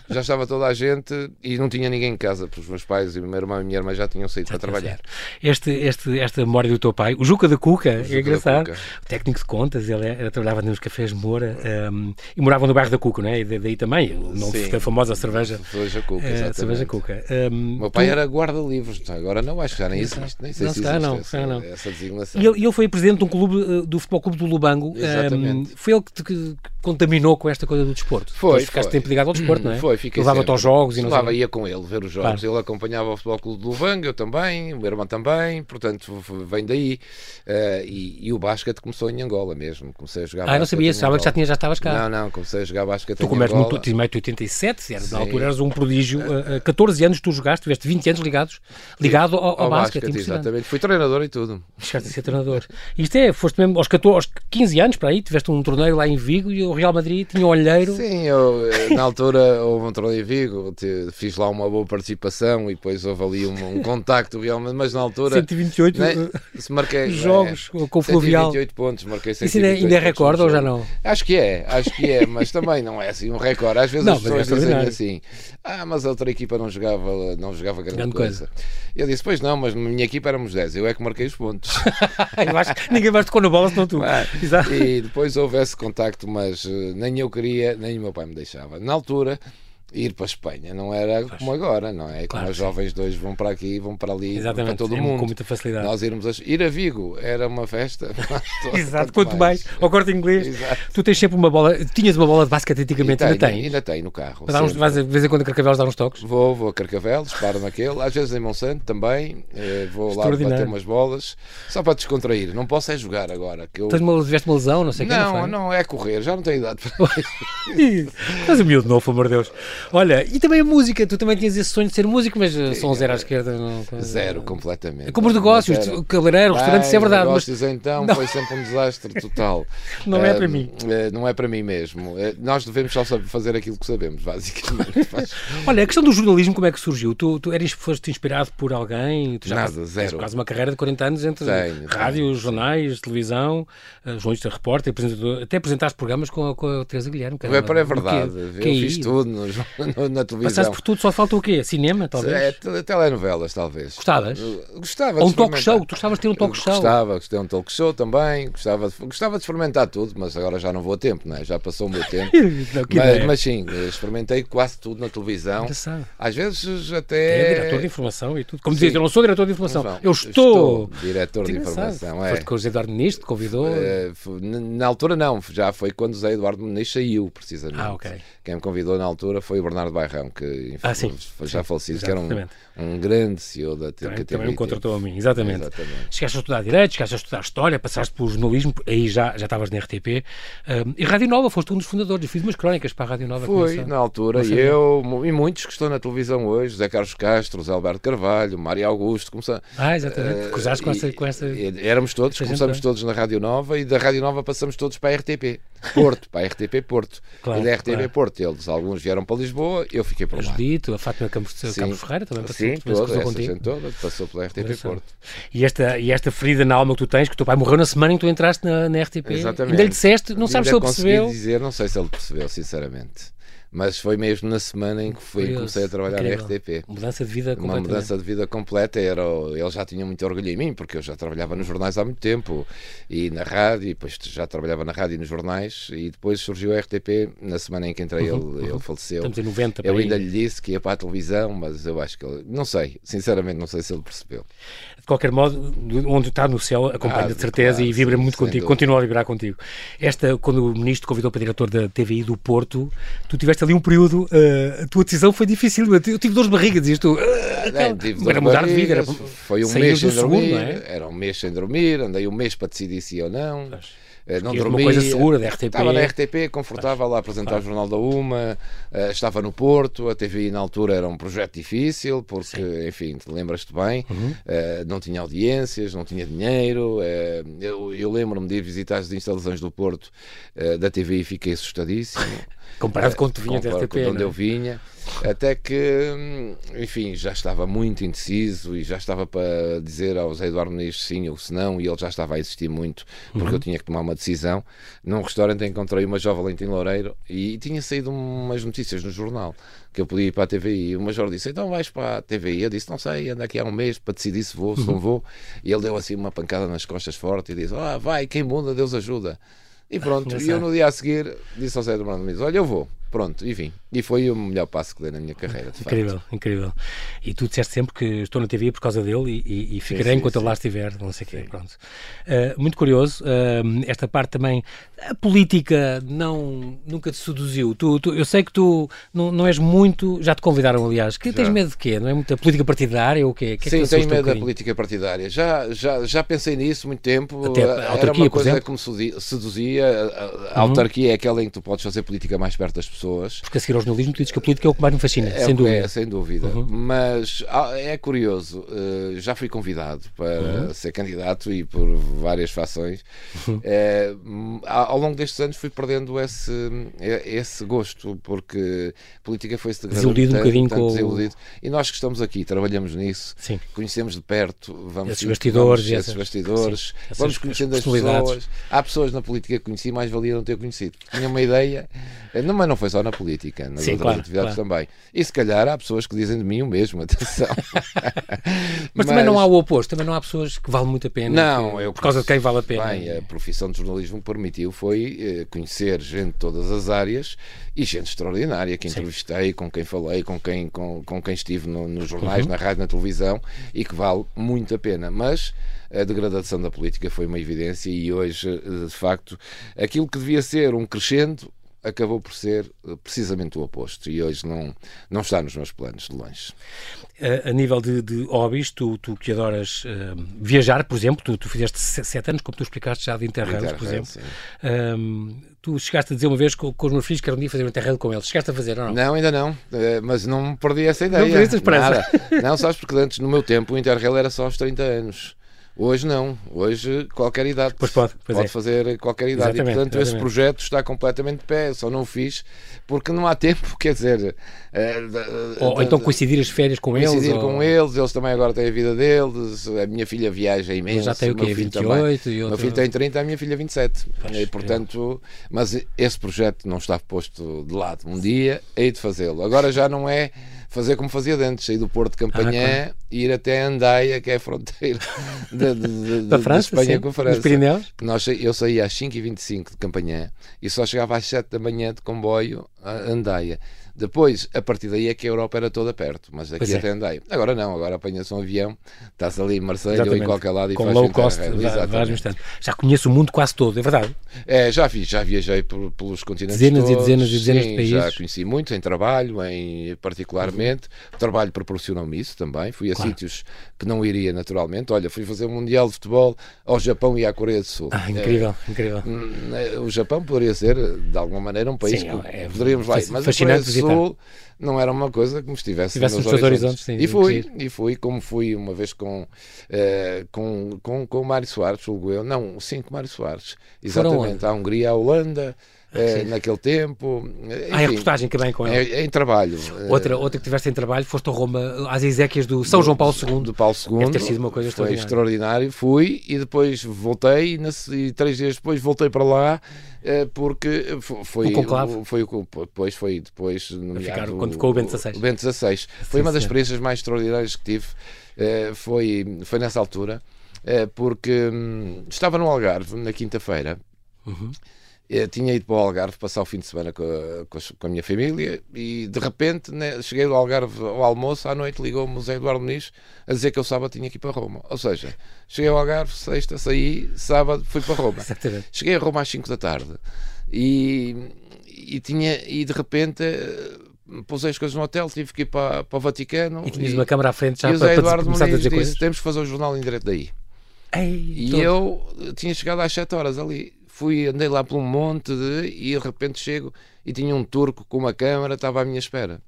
[SPEAKER 2] já estava toda a gente e não tinha ninguém em casa, porque os meus pais e o meu irmão e a minha irmã já tinham saído para trabalhar.
[SPEAKER 1] Este, este, esta memória do teu pai, o Juca da Cuca,
[SPEAKER 2] da
[SPEAKER 1] é engraçado,
[SPEAKER 2] Cuca.
[SPEAKER 1] o técnico de contas, ele era- trabalhava nos cafés Moura ehm, e moravam no bairro da Cuca, não é? E da- daí também, o nome
[SPEAKER 2] Sim.
[SPEAKER 1] da famosa cerveja,
[SPEAKER 2] Cerveja Cuca,
[SPEAKER 1] eh,
[SPEAKER 2] exatamente.
[SPEAKER 1] cerveja Cuca. Ehm,
[SPEAKER 2] O meu pai
[SPEAKER 1] tu-
[SPEAKER 2] era guarda-livros, agora não acho que já nem existe, nem sei
[SPEAKER 1] Não,
[SPEAKER 2] se
[SPEAKER 1] se calhar
[SPEAKER 2] existe
[SPEAKER 1] não, se
[SPEAKER 2] essa,
[SPEAKER 1] calhar não.
[SPEAKER 2] essa designação.
[SPEAKER 1] E ele, e ele foi presidente de um clube, eh, do Futebol Clube do Lubango. ehm,
[SPEAKER 2] Exatamente.
[SPEAKER 1] foi ele que te que contaminou com esta coisa do desporto.
[SPEAKER 2] Foi,
[SPEAKER 1] Depois Então, ficaste
[SPEAKER 2] foi. Uhum.
[SPEAKER 1] tempo ligado ao desporto, não é?
[SPEAKER 2] Foi, fiquei
[SPEAKER 1] Levava-te
[SPEAKER 2] sempre.
[SPEAKER 1] aos jogos e não
[SPEAKER 2] Levava,
[SPEAKER 1] sei.
[SPEAKER 2] ia com ele ver os jogos. Ele acompanhava o Futebol Clube do Luvanga, eu também, o meu irmão também, portanto, f- vem daí. Eh, e, e o basquete começou em Angola mesmo. Comecei a jogar
[SPEAKER 1] Ah, eu não
[SPEAKER 2] basquete
[SPEAKER 1] sabia,
[SPEAKER 2] em
[SPEAKER 1] sabia que já,
[SPEAKER 2] Angola.
[SPEAKER 1] tinha, já estavas cá.
[SPEAKER 2] Não, não, comecei a jogar basquete
[SPEAKER 1] Tu
[SPEAKER 2] em
[SPEAKER 1] como eras
[SPEAKER 2] Angola.
[SPEAKER 1] muito, tinhas meio de 87, eras, na
[SPEAKER 2] Sim.
[SPEAKER 1] altura eras um prodígio. eh, eh, 14 anos tu jogaste, tiveste 20 anos ligados, ligado ao, ao,
[SPEAKER 2] Ao
[SPEAKER 1] basquete.
[SPEAKER 2] basquete,
[SPEAKER 1] impressionante.
[SPEAKER 2] exatamente. Fui treinador e tudo.
[SPEAKER 1] Chegaste a ser treinador. Isto é, foste mesmo aos 14, aos 15 anos, para aí, tiveste um torneio lá em Vigo e o Real Madrid tinha um olheiro.
[SPEAKER 2] Sim, eu, eh, na altura houve um torneio em Vigo, te- fiz lá uma boa participação e depois houve ali um, um contacto realmente, mas na altura
[SPEAKER 1] 128
[SPEAKER 2] né,
[SPEAKER 1] eh,
[SPEAKER 2] se marquei, né,
[SPEAKER 1] jogos com o Fluvial.
[SPEAKER 2] 128 pontos, marquei
[SPEAKER 1] Isso ainda,
[SPEAKER 2] 128
[SPEAKER 1] ainda é recorde ou
[SPEAKER 2] pontos no
[SPEAKER 1] já
[SPEAKER 2] jogo.
[SPEAKER 1] não?
[SPEAKER 2] Acho que é, acho que é, mas também não é assim um recorde. Às vezes
[SPEAKER 1] Não,
[SPEAKER 2] as
[SPEAKER 1] mas é
[SPEAKER 2] pessoas dizem
[SPEAKER 1] extraordinário.
[SPEAKER 2] assim: ah, mas a outra equipa não jogava, não jogava grande,
[SPEAKER 1] Grande
[SPEAKER 2] coisa.
[SPEAKER 1] coisa.
[SPEAKER 2] Eu disse: pois não, mas na minha equipa éramos 10, eu é que marquei os pontos.
[SPEAKER 1] Eu acho que ninguém mais tocou na bola senão tu.
[SPEAKER 2] Ah,
[SPEAKER 1] Exato.
[SPEAKER 2] e depois houve esse contacto, mas eh, nem eu queria, nem o meu pai me deixava. Na altura. Ir para a Espanha não era como agora, não é? Como
[SPEAKER 1] Claro
[SPEAKER 2] os
[SPEAKER 1] que sim.
[SPEAKER 2] jovens dois vão para aqui, vão para ali,
[SPEAKER 1] Exatamente,
[SPEAKER 2] para todo
[SPEAKER 1] é
[SPEAKER 2] o mundo.
[SPEAKER 1] com muita facilidade.
[SPEAKER 2] Nós irmos a... ir a Vigo era uma festa.
[SPEAKER 1] Exato, quanto mais, ao corte inglês,
[SPEAKER 2] Exato.
[SPEAKER 1] tu tens sempre uma bola, tinhas uma bola de basquete antigamente,
[SPEAKER 2] ainda
[SPEAKER 1] ainda
[SPEAKER 2] tem,
[SPEAKER 1] tens.
[SPEAKER 2] ainda tem no carro.
[SPEAKER 1] Mas há uns-
[SPEAKER 2] sempre.
[SPEAKER 1] vais a- de vez em quando a Carcavelos dá uns toques.
[SPEAKER 2] Vou, vou a Carcavelos, paro naquele, às vezes em Monsanto também, eh, vou lá
[SPEAKER 1] Extraordinário.
[SPEAKER 2] bater umas bolas, só para descontrair, não posso é jogar agora, que eu...
[SPEAKER 1] Tens uma, tiveste uma lesão, não sei o que.
[SPEAKER 2] Não,
[SPEAKER 1] foi?
[SPEAKER 2] não, é correr, já não tenho idade para
[SPEAKER 1] Mas o um miúdo novo, pelo amor de Deus. Olha, e também a música, tu também tinhas esse sonho de ser músico, mas eh, só um zero à esquerda. Não...
[SPEAKER 2] Zero, completamente.
[SPEAKER 1] É Como os negócios,
[SPEAKER 2] Zero.
[SPEAKER 1] o cabeleireiro, o restaurante, isso é
[SPEAKER 2] Bem,
[SPEAKER 1] verdade, mas
[SPEAKER 2] negócios então foi sempre um desastre total.
[SPEAKER 1] Não é para
[SPEAKER 2] Eh,
[SPEAKER 1] mim.
[SPEAKER 2] eh, Não é para mim mesmo. Eh, Nós devemos só saber fazer aquilo que sabemos, basicamente. Faz-
[SPEAKER 1] olha, a questão do jornalismo, como é que surgiu? Tu, tu eras, foste inspirado por alguém? Tu já
[SPEAKER 2] Nada,
[SPEAKER 1] tens
[SPEAKER 2] zero.
[SPEAKER 1] quase uma carreira de 40 anos entre
[SPEAKER 2] Tenho,
[SPEAKER 1] rádio, jornais, televisão, eh, jornalista, repórter, apresentador, até apresentaste programas com a, com a Teresa Guilherme.
[SPEAKER 2] É,
[SPEAKER 1] caramba.
[SPEAKER 2] para é
[SPEAKER 1] O quê?
[SPEAKER 2] verdade.
[SPEAKER 1] O
[SPEAKER 2] Eu
[SPEAKER 1] quê é
[SPEAKER 2] fiz
[SPEAKER 1] isso?
[SPEAKER 2] tudo no jo- no- na televisão.
[SPEAKER 1] Passaste por tudo, só falta o quê? Cinema, talvez?
[SPEAKER 2] É, te- telenovelas, talvez. Eh,
[SPEAKER 1] Gostavas?
[SPEAKER 2] Gostava
[SPEAKER 1] Ou um
[SPEAKER 2] de
[SPEAKER 1] talk
[SPEAKER 2] experimentar.
[SPEAKER 1] show, tu gostavas de ter um talk show.
[SPEAKER 2] Gostava, gostei de um talk show também, gostava de, gostava de experimentar tudo, mas agora já não vou a tempo, não é? já passou o meu tempo.
[SPEAKER 1] Não, que
[SPEAKER 2] mas,
[SPEAKER 1] ideia.
[SPEAKER 2] mas sim, experimentei quase tudo na televisão.
[SPEAKER 1] Engraçado.
[SPEAKER 2] Às vezes
[SPEAKER 1] É,
[SPEAKER 2] até.
[SPEAKER 1] diretor de informação e tudo. Como
[SPEAKER 2] Sim.
[SPEAKER 1] dizia, eu não sou diretor de informação,
[SPEAKER 2] Informação.
[SPEAKER 1] eu estou.
[SPEAKER 2] diretor de
[SPEAKER 1] Engraçado.
[SPEAKER 2] informação, é.
[SPEAKER 1] Foste com o José Eduardo Ministro, te convidou. né?
[SPEAKER 2] Eh, fu- n- Na altura não, já foi quando o Zé Eduardo Muniz saiu, precisamente.
[SPEAKER 1] Ah, ok.
[SPEAKER 2] Quem me convidou na altura foi o Bernardo Bairrão, que enfim,
[SPEAKER 1] Ah, sim.
[SPEAKER 2] foi já falecido, que era um,
[SPEAKER 1] exatamente.
[SPEAKER 2] um grande CEO da
[SPEAKER 1] também,
[SPEAKER 2] TVT.
[SPEAKER 1] também me contratou a mim, exatamente.
[SPEAKER 2] Exatamente.
[SPEAKER 1] Chegaste a estudar Direito, chegaste a estudar História, passaste por jornalismo, aí já, já estavas na RTP. Ahm, e Rádio Nova, foste um dos fundadores. Eu fiz umas crónicas para a Rádio Nova. é
[SPEAKER 2] Foi,
[SPEAKER 1] começar.
[SPEAKER 2] na altura, e eu mu- e muitos que estão na televisão hoje, Zé Carlos Castro, Zé Alberto Carvalho, Mário Augusto, começamos.
[SPEAKER 1] Ah, exatamente. Cruzaste com
[SPEAKER 2] Eh,
[SPEAKER 1] essa. Com essa...
[SPEAKER 2] e- Éramos todos,
[SPEAKER 1] essa gente,
[SPEAKER 2] começamos
[SPEAKER 1] não é?
[SPEAKER 2] todos na Rádio Nova e da Rádio Nova passamos todos para a RTP Porto, para a RTP Porto.
[SPEAKER 1] Claro,
[SPEAKER 2] e da RTP
[SPEAKER 1] claro.
[SPEAKER 2] Porto, eles, alguns vieram para Lisboa, eu fiquei para
[SPEAKER 1] A
[SPEAKER 2] lá.
[SPEAKER 1] Judito, a Fátima Campos, Campos Ferreira também passou,
[SPEAKER 2] Sim,
[SPEAKER 1] também se
[SPEAKER 2] toda,
[SPEAKER 1] cruzou
[SPEAKER 2] essa
[SPEAKER 1] contigo.
[SPEAKER 2] gente toda passou pela RTP
[SPEAKER 1] Engraçado.
[SPEAKER 2] Porto.
[SPEAKER 1] E esta, e esta ferida na alma que tu tens, que o teu pai morreu na semana em que tu entraste na, na RTP. Ainda lhe disseste, não sabes se
[SPEAKER 2] Ainda
[SPEAKER 1] ele
[SPEAKER 2] consegui
[SPEAKER 1] percebeu.
[SPEAKER 2] dizer, não sei se ele percebeu, sinceramente. Mas foi mesmo na semana em que fui,
[SPEAKER 1] Curioso,
[SPEAKER 2] comecei a trabalhar na
[SPEAKER 1] incrível.
[SPEAKER 2] RTP.
[SPEAKER 1] Mudança de vida
[SPEAKER 2] Uma
[SPEAKER 1] completamente.
[SPEAKER 2] mudança de vida completa. Era, o- ele já tinha muito orgulho em mim, porque eu já trabalhava nos jornais há muito tempo e na rádio, e depois já trabalhava na rádio e nos jornais. E depois surgiu a RTP na semana em que entrei, ele, ele faleceu.
[SPEAKER 1] Uhum, Estamos em 90 para
[SPEAKER 2] Eu
[SPEAKER 1] aí.
[SPEAKER 2] ainda lhe disse que ia para a televisão, mas eu acho que ele. Não sei, sinceramente, não sei se ele percebeu.
[SPEAKER 1] De qualquer modo, de onde está no céu, acompanha
[SPEAKER 2] Ah,
[SPEAKER 1] de certeza
[SPEAKER 2] claro,
[SPEAKER 1] e vibra
[SPEAKER 2] sim,
[SPEAKER 1] muito
[SPEAKER 2] sem
[SPEAKER 1] contigo.
[SPEAKER 2] dúvida.
[SPEAKER 1] Continua a vibrar contigo. Esta, quando o ministro te convidou para diretor da TVI do Porto, tu tiveste ali um período, eh, a tua decisão foi difícil. Eu ti- eu tive dores de barriga, dizias tu. eh,
[SPEAKER 2] É,
[SPEAKER 1] aquela-
[SPEAKER 2] tive
[SPEAKER 1] era
[SPEAKER 2] dor
[SPEAKER 1] mudar de vida.
[SPEAKER 2] barriga,
[SPEAKER 1] Era,
[SPEAKER 2] Foi um
[SPEAKER 1] sair
[SPEAKER 2] mês
[SPEAKER 1] do
[SPEAKER 2] sem
[SPEAKER 1] seguro,
[SPEAKER 2] dormir,
[SPEAKER 1] não é?
[SPEAKER 2] era um mês sem dormir, andei um mês para decidir se ia ou não. Eh, Não
[SPEAKER 1] Escolhias uma
[SPEAKER 2] dormia.
[SPEAKER 1] coisa segura da RTP.
[SPEAKER 2] Estava na RTP, confortável lá a apresentar o Jornal da Uma, eh, estava no Porto, a TVI na altura era um projeto difícil, porque, enfim, te lembras-te bem,
[SPEAKER 1] Uhum.
[SPEAKER 2] eh, não tinha audiências, não tinha dinheiro. eh, eu eu lembro-me de ir visitar as instalações do Porto eh, da TVI e fiquei assustadíssimo.
[SPEAKER 1] comparado com o que tu vinha da
[SPEAKER 2] Concordo com
[SPEAKER 1] RTP.
[SPEAKER 2] de onde
[SPEAKER 1] não é?
[SPEAKER 2] eu vinha, até que, hum, enfim, já estava muito indeciso e já estava para dizer ao José Eduardo Muniz sim ou se não, e ele já estava a insistir muito,
[SPEAKER 1] Uhum.
[SPEAKER 2] porque eu tinha que tomar uma decisão. Num restaurante encontrei uma jovem Valentim Loureiro e tinha saído umas notícias no jornal que eu podia ir para a TVI. E o Major disse: Então vais para a TVI? Eu disse: Não sei, ando aqui há um mês para decidir se vou, se
[SPEAKER 1] Uhum.
[SPEAKER 2] não vou. E ele deu assim uma pancada nas costas forte e disse: Ah, vai, quem muda, Deus ajuda. E pronto, e eu no dia a seguir disse ao Zé do Bruno Mendes, olha, eu vou. Pronto, e vim. E foi o melhor passo que dei na minha carreira, de facto.
[SPEAKER 1] Incrível, incrível. E tu disseste sempre que estou na TV por causa dele e, e- e ficarei
[SPEAKER 2] sim,
[SPEAKER 1] enquanto ele lá estiver, não sei o quê. Pronto. Ah, muito curioso, ah, esta parte também. A política não, nunca te seduziu. Tu, tu- eu sei que tu não, não és muito. Já te convidaram, aliás. Que tens medo de quê? Não é muita política partidária ou o quê? Que é que
[SPEAKER 2] Sim,
[SPEAKER 1] te
[SPEAKER 2] tenho
[SPEAKER 1] assusta um
[SPEAKER 2] medo da
[SPEAKER 1] bocadinho?
[SPEAKER 2] política partidária. Já, já, já pensei nisso muito tempo. Eh,
[SPEAKER 1] Até a
[SPEAKER 2] Era
[SPEAKER 1] autarquia,
[SPEAKER 2] uma
[SPEAKER 1] por
[SPEAKER 2] coisa
[SPEAKER 1] exemplo? Uhum.
[SPEAKER 2] que me sudi- seduzia. A, a- a autarquia é aquela em que tu podes fazer política mais perto das pessoas.
[SPEAKER 1] Porque a seguir ao jornalismo, tu dizes que a política é o que mais me fascina,
[SPEAKER 2] É
[SPEAKER 1] sem
[SPEAKER 2] o que é,
[SPEAKER 1] dúvida. Uhum.
[SPEAKER 2] sem dúvida. Mas ah, é curioso, eh, já fui convidado para
[SPEAKER 1] Uhum.
[SPEAKER 2] ser candidato e por várias fações. Eh, hum, ao ao longo destes anos fui perdendo esse, eh, esse gosto, porque a política foi-se degradando
[SPEAKER 1] Desiludido um
[SPEAKER 2] tanto,
[SPEAKER 1] bocadinho
[SPEAKER 2] tanto
[SPEAKER 1] com o-
[SPEAKER 2] desiludido. E nós que estamos aqui, trabalhamos nisso,
[SPEAKER 1] Sim.
[SPEAKER 2] conhecemos de perto, vamos
[SPEAKER 1] Esses bastidores,
[SPEAKER 2] vamos, esses
[SPEAKER 1] essas-
[SPEAKER 2] bastidores,
[SPEAKER 1] sim, essas
[SPEAKER 2] vamos conhecendo as
[SPEAKER 1] personalidades.
[SPEAKER 2] pessoas. Há pessoas na política que conheci, mais valia não ter conhecido. Tinha uma ideia, eh, não, mas não foi só na política, nas
[SPEAKER 1] Sim,
[SPEAKER 2] outras
[SPEAKER 1] claro,
[SPEAKER 2] atividades
[SPEAKER 1] claro.
[SPEAKER 2] também. E se calhar há pessoas que dizem de mim o mesmo, atenção.
[SPEAKER 1] Mas, também não há o oposto, também não há pessoas que valem muito a pena.
[SPEAKER 2] é, Não,
[SPEAKER 1] que-
[SPEAKER 2] eu
[SPEAKER 1] é por causa de quem vale a pena.
[SPEAKER 2] Bem, a profissão de jornalismo permitiu foi eh, conhecer gente de todas as áreas e gente extraordinária que entrevistei, com quem falei, com quem, com, com quem estive no- nos jornais,
[SPEAKER 1] Uhum.
[SPEAKER 2] na rádio, na televisão e que vale muito a pena. Mas a degradação da política foi uma evidência e hoje, eh, de facto, aquilo que devia ser um crescendo acabou por ser eh, precisamente o oposto e hoje não, não está nos meus planos de longe.
[SPEAKER 1] A, a nível de, de hobbies, tu, tu que adoras eh, viajar, por exemplo, tu, tu fizeste se- sete anos, como tu explicaste já, de interrails, por
[SPEAKER 2] Interrail,
[SPEAKER 1] exemplo.
[SPEAKER 2] sim.
[SPEAKER 1] Ahm, tu chegaste a dizer uma vez com, com os meus filhos que era um dia fazer um interrail com eles. Chegaste a fazer, ou não?
[SPEAKER 2] Não, ainda não, eh, mas não perdi essa ideia.
[SPEAKER 1] perdi essa esperança.
[SPEAKER 2] Nada. Não, sabes porque antes, no meu tempo, o Interrail era só aos 30 anos. Hoje não, hoje qualquer idade
[SPEAKER 1] Pois pode, pois é.
[SPEAKER 2] fazer qualquer idade
[SPEAKER 1] Exatamente,
[SPEAKER 2] e portanto esse
[SPEAKER 1] exatamente.
[SPEAKER 2] projeto está completamente de pé, só não o fiz porque não há tempo, quer dizer, eh, da-
[SPEAKER 1] Ou, ou
[SPEAKER 2] da-
[SPEAKER 1] então coincidir as férias com eles?
[SPEAKER 2] coincidir
[SPEAKER 1] ou-
[SPEAKER 2] com eles, eles também agora têm a vida deles, a minha filha viaja imenso.
[SPEAKER 1] já tem o
[SPEAKER 2] meu
[SPEAKER 1] quê?
[SPEAKER 2] filho também.
[SPEAKER 1] 28 e é.
[SPEAKER 2] O
[SPEAKER 1] outro...
[SPEAKER 2] meu filho tem 30, a minha filha 27. E, portanto, mas esse projeto não está posto de lado. Um dia hei de fazê-lo. Agora já não é fazer como fazia de antes, sair do Porto de
[SPEAKER 1] Ah,
[SPEAKER 2] Campanhã e ir até Andaia, que é a fronteira de, de- de-
[SPEAKER 1] Da
[SPEAKER 2] de
[SPEAKER 1] França,
[SPEAKER 2] Espanha
[SPEAKER 1] sim,
[SPEAKER 2] com a
[SPEAKER 1] Nos
[SPEAKER 2] França.
[SPEAKER 1] Pirineus?
[SPEAKER 2] Que Nós, sa- eu saía às 5h25 de Campanhã e só chegava às 7 da manhã de comboio a Andaia. Depois, a partir daí é que a Europa era toda perto, mas
[SPEAKER 1] Pois
[SPEAKER 2] aqui
[SPEAKER 1] é.
[SPEAKER 2] até Andaia. Agora não, agora apanha-se um avião, estás ali em Marselha ou em
[SPEAKER 1] Exatamente.
[SPEAKER 2] qualquer lado e
[SPEAKER 1] com
[SPEAKER 2] faz
[SPEAKER 1] low
[SPEAKER 2] o
[SPEAKER 1] cost,
[SPEAKER 2] Interrail.
[SPEAKER 1] vá-
[SPEAKER 2] Exatamente.
[SPEAKER 1] vários instantes. Já conheço o mundo quase todo, é verdade.
[SPEAKER 2] É, já fiz, já viajei por- pelos continentes
[SPEAKER 1] Dezenas e
[SPEAKER 2] todos.
[SPEAKER 1] dezenas e dezenas de
[SPEAKER 2] Sim,
[SPEAKER 1] países.
[SPEAKER 2] Já conheci muito em trabalho, em particularmente. O trabalho proporcionou-me isso também. Fui a
[SPEAKER 1] Claro.
[SPEAKER 2] sítios que não iria naturalmente. Olha, fui fazer um Mundial de Futebol ao Japão e à Coreia do Sul.
[SPEAKER 1] Ah, incrível, incrível.
[SPEAKER 2] É. Hum, eh, O Japão poderia ser, de alguma maneira, um país
[SPEAKER 1] Sim,
[SPEAKER 2] que
[SPEAKER 1] é
[SPEAKER 2] poderíamos lá ir.
[SPEAKER 1] fasc-
[SPEAKER 2] Mas a Coreia
[SPEAKER 1] fascinante
[SPEAKER 2] do Sul não era uma coisa que me estivesse
[SPEAKER 1] Estivesse
[SPEAKER 2] nos
[SPEAKER 1] nos teus horizontes, sim,
[SPEAKER 2] e fui,
[SPEAKER 1] sim.
[SPEAKER 2] e fui, como fui uma vez com, eh, com, com, com o Mário Soares, julgo eu. Não, sim, com o Mário Soares.
[SPEAKER 1] Foram
[SPEAKER 2] Exatamente, à Hungria, à Holanda, eh, naquele tempo.
[SPEAKER 1] Há a
[SPEAKER 2] Enfim,
[SPEAKER 1] Ah, é reportagem que vem com ela.
[SPEAKER 2] é, é em trabalho.
[SPEAKER 1] Outra, outra que tiveste em trabalho, foste a Roma, às exéquias do São João Paulo II.
[SPEAKER 2] Do Paulo II.
[SPEAKER 1] Deve ter sido uma coisa
[SPEAKER 2] Foi
[SPEAKER 1] extraordinária.
[SPEAKER 2] extraordinário. Fui e depois voltei e, nesse- e três dias depois voltei para lá eh, porque fo- foi
[SPEAKER 1] O conclave.
[SPEAKER 2] Foi, o- depois foi depois nomeado
[SPEAKER 1] ficar quando ficou o Bento XVI.
[SPEAKER 2] o Bento XVI. Foi uma das
[SPEAKER 1] senhor.
[SPEAKER 2] experiências mais extraordinárias que tive. eh, Foi, foi nessa altura. eh, Porque hum, estava no Algarve na quinta-feira eu Eh, tinha ido para o Algarve passar o fim de semana com a, com as- com a minha família e de repente né, cheguei do Algarve ao almoço, à noite ligou-me o Zé Eduardo Muniz a dizer que eu sábado tinha que ir para Roma. Ou seja, cheguei ao Algarve, sexta, saí, sábado fui para Roma.
[SPEAKER 1] Exatamente.
[SPEAKER 2] Cheguei a Roma às 5 da tarde e, e, tinha, e de repente eh, pusei as coisas no hotel, tive que ir para, para o Vaticano.
[SPEAKER 1] E tinhas uma câmara à frente já
[SPEAKER 2] e o
[SPEAKER 1] para,
[SPEAKER 2] Zé
[SPEAKER 1] para
[SPEAKER 2] Eduardo
[SPEAKER 1] começar a
[SPEAKER 2] Muniz
[SPEAKER 1] dizer
[SPEAKER 2] disse:
[SPEAKER 1] coisas.
[SPEAKER 2] temos que fazer o jornal em direto daí.
[SPEAKER 1] Ei,
[SPEAKER 2] E
[SPEAKER 1] todo.
[SPEAKER 2] eu tinha chegado às 7 horas ali. Fui, andei lá por um monte de, e de repente chego e tinha um turco com uma câmara, estava à minha espera.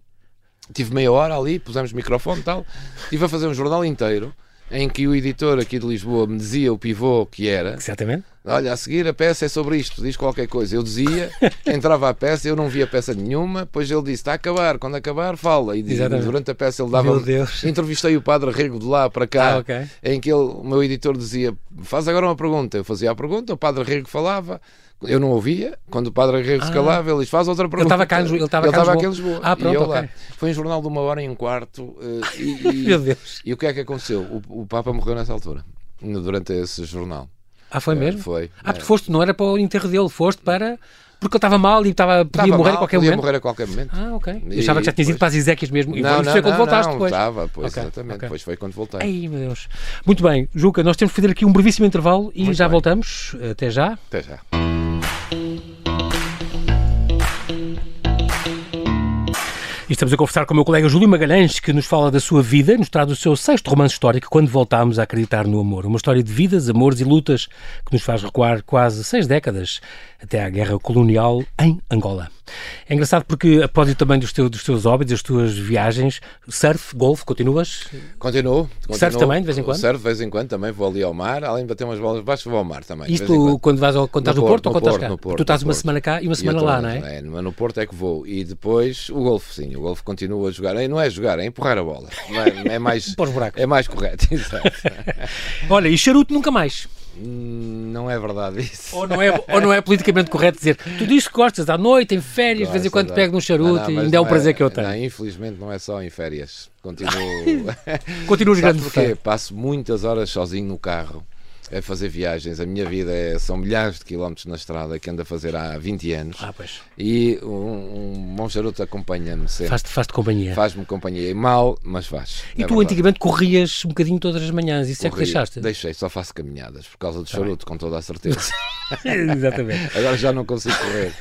[SPEAKER 2] Tive meia hora ali, pusemos microfone e tal. Estive a fazer um jornal inteiro em que o editor aqui de Lisboa me dizia o pivô que era.
[SPEAKER 1] Exatamente.
[SPEAKER 2] Olha, a seguir a peça é sobre isto, diz qualquer coisa. Eu dizia, entrava a peça, eu não via peça nenhuma, depois ele disse: está a acabar, quando acabar, fala. E diz-
[SPEAKER 1] Exatamente.
[SPEAKER 2] durante a peça ele dava. um-
[SPEAKER 1] Meu Deus.
[SPEAKER 2] Entrevistei o padre Rego de lá para cá,
[SPEAKER 1] Ah, ok.
[SPEAKER 2] em que ele, o meu editor dizia: faz agora uma pergunta. Eu fazia a pergunta, o padre Rego falava. Eu não ouvia, quando o padre Rego se calava, ele diz: faz outra pergunta.
[SPEAKER 1] estava cá em Lisboa- Ah. ele estava cá em
[SPEAKER 2] estava aqui em
[SPEAKER 1] Lisboa.
[SPEAKER 2] Lisboa.
[SPEAKER 1] Ah, pronto,
[SPEAKER 2] e eu
[SPEAKER 1] ok.
[SPEAKER 2] lá. Foi um jornal de uma hora e um quarto. eh, e- e-
[SPEAKER 1] Meu Deus.
[SPEAKER 2] E o que é que aconteceu? O, o Papa morreu nessa altura, no- durante esse jornal.
[SPEAKER 1] Ah, foi mesmo?
[SPEAKER 2] É, Foi.
[SPEAKER 1] Ah, porque foste, não era para o enterro dele, foste para. Porque ele estava mal e estava, podia
[SPEAKER 2] Estava
[SPEAKER 1] morrer
[SPEAKER 2] mal,
[SPEAKER 1] a qualquer
[SPEAKER 2] podia
[SPEAKER 1] momento.
[SPEAKER 2] morrer a qualquer momento.
[SPEAKER 1] Ah, ok. Eu
[SPEAKER 2] E
[SPEAKER 1] achava que já tinhas ido
[SPEAKER 2] depois-
[SPEAKER 1] para as Iséquias mesmo. E
[SPEAKER 2] não,
[SPEAKER 1] foi-
[SPEAKER 2] não,
[SPEAKER 1] isso foi quando
[SPEAKER 2] não, tá.
[SPEAKER 1] voltaste
[SPEAKER 2] não,
[SPEAKER 1] depois.
[SPEAKER 2] Estava, pois,
[SPEAKER 1] Ok,
[SPEAKER 2] exatamente.
[SPEAKER 1] ok.
[SPEAKER 2] Pois foi quando voltei.
[SPEAKER 1] Ai, meu Deus. Muito bem, Juca, nós temos que fazer aqui um brevíssimo intervalo e já
[SPEAKER 2] bem.
[SPEAKER 1] voltamos. Até já.
[SPEAKER 2] Até já.
[SPEAKER 1] E estamos a conversar com o meu colega Júlio Magalhães, que nos fala da sua vida, nos traz o seu sexto romance histórico, Quando Voltámos a Acreditar no Amor. Uma história de vidas, amores e lutas que nos faz recuar quase seis décadas até à guerra colonial em Angola. É engraçado porque, a propósito também dos teus, dos teus hobbies, das tuas viagens, surf, golfe, continuas?
[SPEAKER 2] Continuo. continuo.
[SPEAKER 1] Serve também, de vez em quando?
[SPEAKER 2] Serve de vez em quando também. Vou ali ao mar. Além de bater umas bolas baixo, vou ao mar também. de vez em
[SPEAKER 1] Isto
[SPEAKER 2] quando.
[SPEAKER 1] quando, vais ao, quando estás no,
[SPEAKER 2] No
[SPEAKER 1] Porto,
[SPEAKER 2] Porto,
[SPEAKER 1] ou
[SPEAKER 2] no
[SPEAKER 1] quando estás
[SPEAKER 2] Porto,
[SPEAKER 1] cá?
[SPEAKER 2] no Porto,
[SPEAKER 1] tu estás
[SPEAKER 2] no
[SPEAKER 1] uma
[SPEAKER 2] Porto.
[SPEAKER 1] semana cá e uma
[SPEAKER 2] E
[SPEAKER 1] semana
[SPEAKER 2] eu
[SPEAKER 1] lá,
[SPEAKER 2] tô-
[SPEAKER 1] não é?
[SPEAKER 2] Mas no Porto é que vou. E depois o golfe, sim. O golfe continua a jogar. Eh, Não é jogar, é empurrar a bola. Mas É mais,
[SPEAKER 1] Para os buracos.
[SPEAKER 2] é mais correto. Exato. é?
[SPEAKER 1] Olha, e charuto nunca mais.
[SPEAKER 2] Hum, não é verdade isso.
[SPEAKER 1] Ou não, é, ou não é politicamente correto dizer tu dizes que gostas à noite, em férias, de vez em
[SPEAKER 2] Gosto,
[SPEAKER 1] quando
[SPEAKER 2] adoro.
[SPEAKER 1] pego num charuto
[SPEAKER 2] é Não, não,
[SPEAKER 1] e
[SPEAKER 2] mas
[SPEAKER 1] ainda é um
[SPEAKER 2] não
[SPEAKER 1] prazer que eu
[SPEAKER 2] Não,
[SPEAKER 1] tenho.
[SPEAKER 2] infelizmente não é só em férias. Continuo.
[SPEAKER 1] Continuas
[SPEAKER 2] Sabes
[SPEAKER 1] grande
[SPEAKER 2] porquê?
[SPEAKER 1] fã.
[SPEAKER 2] Passo muitas horas sozinho no carro a fazer viagens. A minha vida é- são milhares de quilómetros na estrada que ando a fazer há 20 anos.
[SPEAKER 1] Ah, pois.
[SPEAKER 2] E um, um bom charuto acompanha-me sempre.
[SPEAKER 1] Faz-te faz companhia.
[SPEAKER 2] Faz-me companhia. E Mal, mas faz.
[SPEAKER 1] e
[SPEAKER 2] É
[SPEAKER 1] tu
[SPEAKER 2] verdade.
[SPEAKER 1] antigamente corrias um bocadinho todas as manhãs, isso é que
[SPEAKER 2] Corri.
[SPEAKER 1] deixaste? Tá
[SPEAKER 2] Deixei, só faço caminhadas por causa do charuto, com toda a certeza.
[SPEAKER 1] Exatamente.
[SPEAKER 2] Agora já não consigo correr.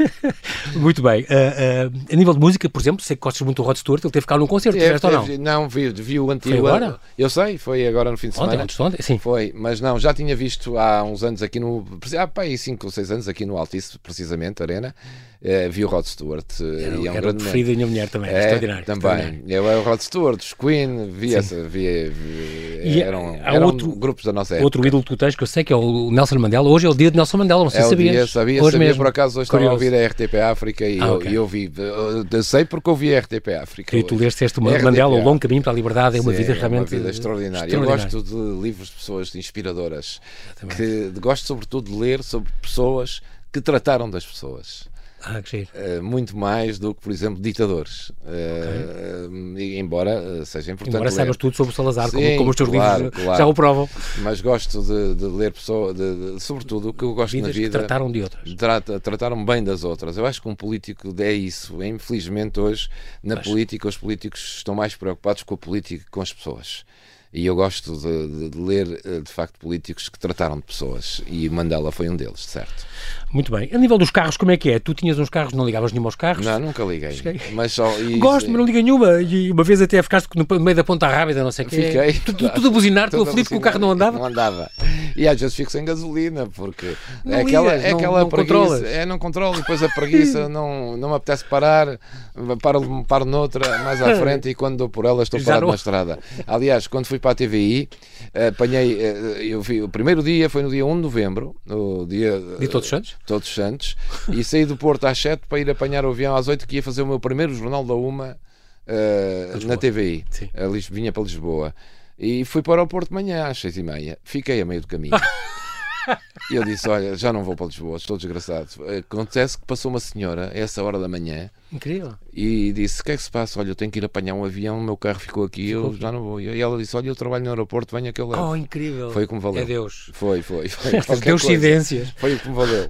[SPEAKER 1] Muito bem. Ah, ah, a nível de música, por exemplo, sei que gostas muito do Rod Stewart, ele teve cá num concerto,
[SPEAKER 2] Teve-
[SPEAKER 1] tiveste ou não?
[SPEAKER 2] teve- É, vi, vi o antigo.
[SPEAKER 1] agora?
[SPEAKER 2] Eu sei, foi agora no fim de semana.
[SPEAKER 1] Ontem, antes de ontem, sim.
[SPEAKER 2] Foi, mas não, já tinha visto há uns anos aqui no. Há pá, aí 5 ou 6 anos aqui no Altice, precisamente, Arena. eh, vi o Rod Stewart. eh,
[SPEAKER 1] Era,
[SPEAKER 2] e é um
[SPEAKER 1] era o
[SPEAKER 2] grande
[SPEAKER 1] preferido da minha mulher também,
[SPEAKER 2] É,
[SPEAKER 1] extraordinário. extraordinário.
[SPEAKER 2] também. Eu era o Rod Stewart, os Queen, vi essa. Vi, vi-
[SPEAKER 1] E
[SPEAKER 2] eram
[SPEAKER 1] há
[SPEAKER 2] eram
[SPEAKER 1] outro-
[SPEAKER 2] grupos da nossa época.
[SPEAKER 1] Outro ídolo que tu tens, que eu sei que é o Nelson Mandela, hoje é o dia de Nelson Mandela, não sei
[SPEAKER 2] É
[SPEAKER 1] se
[SPEAKER 2] o
[SPEAKER 1] sabias.
[SPEAKER 2] dia, sabia,
[SPEAKER 1] hoje
[SPEAKER 2] sabia
[SPEAKER 1] mesmo.
[SPEAKER 2] por acaso hoje
[SPEAKER 1] Curioso.
[SPEAKER 2] estava a ouvir a RTP África e
[SPEAKER 1] Ah,
[SPEAKER 2] eu,
[SPEAKER 1] ok.
[SPEAKER 2] e eu vi, eu, eu sei porque ouvi a RTP África.
[SPEAKER 1] E tu
[SPEAKER 2] hoje.
[SPEAKER 1] leste este uma,
[SPEAKER 2] RDP.
[SPEAKER 1] Mandela, o longo caminho para a liberdade, é uma
[SPEAKER 2] É, Sim,
[SPEAKER 1] vida realmente
[SPEAKER 2] é uma vida extraordinária.
[SPEAKER 1] extraordinária.
[SPEAKER 2] Eu gosto de livros de pessoas inspiradoras, que gosto sobretudo de ler sobre pessoas que trataram das pessoas.
[SPEAKER 1] Ah, que giro.
[SPEAKER 2] eh, muito mais do que, por exemplo, ditadores. Eh, eh, embora eh, seja importante.
[SPEAKER 1] Embora
[SPEAKER 2] ler.
[SPEAKER 1] saibas tudo sobre o Salazar, como,
[SPEAKER 2] Sim,
[SPEAKER 1] como os teus
[SPEAKER 2] claro,
[SPEAKER 1] livros
[SPEAKER 2] claro.
[SPEAKER 1] já o provam.
[SPEAKER 2] Mas gosto de, de ler pessoas, de, de- sobretudo o que eu gosto
[SPEAKER 1] Vidas
[SPEAKER 2] na
[SPEAKER 1] que
[SPEAKER 2] vida.
[SPEAKER 1] trataram de outras.
[SPEAKER 2] Trata, trataram bem das outras. Eu acho que um político é isso. Infelizmente, hoje, na política, os políticos estão mais preocupados com a política que com as pessoas. E eu gosto de, de- de ler, eh, de facto, políticos que trataram de pessoas. E Mandela foi um deles, certo?
[SPEAKER 1] Muito bem. A nível dos carros, como é que é? Tu tinhas uns carros, não ligavas nenhum aos carros?
[SPEAKER 2] Não, é. nunca liguei.
[SPEAKER 1] Cheguei.
[SPEAKER 2] Mas só, e-
[SPEAKER 1] Gosto, mas não liga nenhuma. E uma vez até ficaste no meio da ponta rápida, não sei o quê.
[SPEAKER 2] Fiquei.
[SPEAKER 1] Tu- tu- Tudo, a buzinar, tu
[SPEAKER 2] Tudo
[SPEAKER 1] aflito que o
[SPEAKER 2] alucinado.
[SPEAKER 1] carro não andava.
[SPEAKER 2] Não andava. E às vezes fico sem gasolina, porque
[SPEAKER 1] Não
[SPEAKER 2] é aquela,
[SPEAKER 1] ligas,
[SPEAKER 2] é
[SPEAKER 1] não-
[SPEAKER 2] aquela
[SPEAKER 1] não
[SPEAKER 2] preguiça.
[SPEAKER 1] controlas.
[SPEAKER 2] É, não controlo, e depois a preguiça não, não me apetece parar, paro, paro noutra, mais à frente, e quando dou por ela estou
[SPEAKER 1] Já
[SPEAKER 2] parado
[SPEAKER 1] não-
[SPEAKER 2] na estrada. Aliás, quando fui para a TVI, apanhei, eh, eu vi, o primeiro dia foi no dia 1 de novembro, no dia
[SPEAKER 1] De Todos
[SPEAKER 2] eh,
[SPEAKER 1] Santos?
[SPEAKER 2] Todos Santos, e saí do Porto às 7 para ir apanhar o avião às 8 que ia fazer o meu primeiro jornal da Uma eh, na TVI.
[SPEAKER 1] Sim.
[SPEAKER 2] A Lis- vinha para Lisboa. E fui para o Porto de manhã às 6 e meia. Fiquei a meio do caminho. E eu disse: Olha, já não vou para Lisboa, estou desgraçado. Acontece que passou uma senhora a essa hora da manhã
[SPEAKER 1] Incrível.
[SPEAKER 2] e disse: O que é que se passa? Olha, eu tenho que ir apanhar um avião, o meu carro ficou aqui, eu já não vou. E ela disse: Olha, eu trabalho no aeroporto, venha que eu levo.
[SPEAKER 1] Oh, incrível.
[SPEAKER 2] Foi como valeu.
[SPEAKER 1] É Deus.
[SPEAKER 2] Foi, foi. foi
[SPEAKER 1] Estas
[SPEAKER 2] Qualquer
[SPEAKER 1] deusidências.
[SPEAKER 2] coisa. Foi o que me valeu.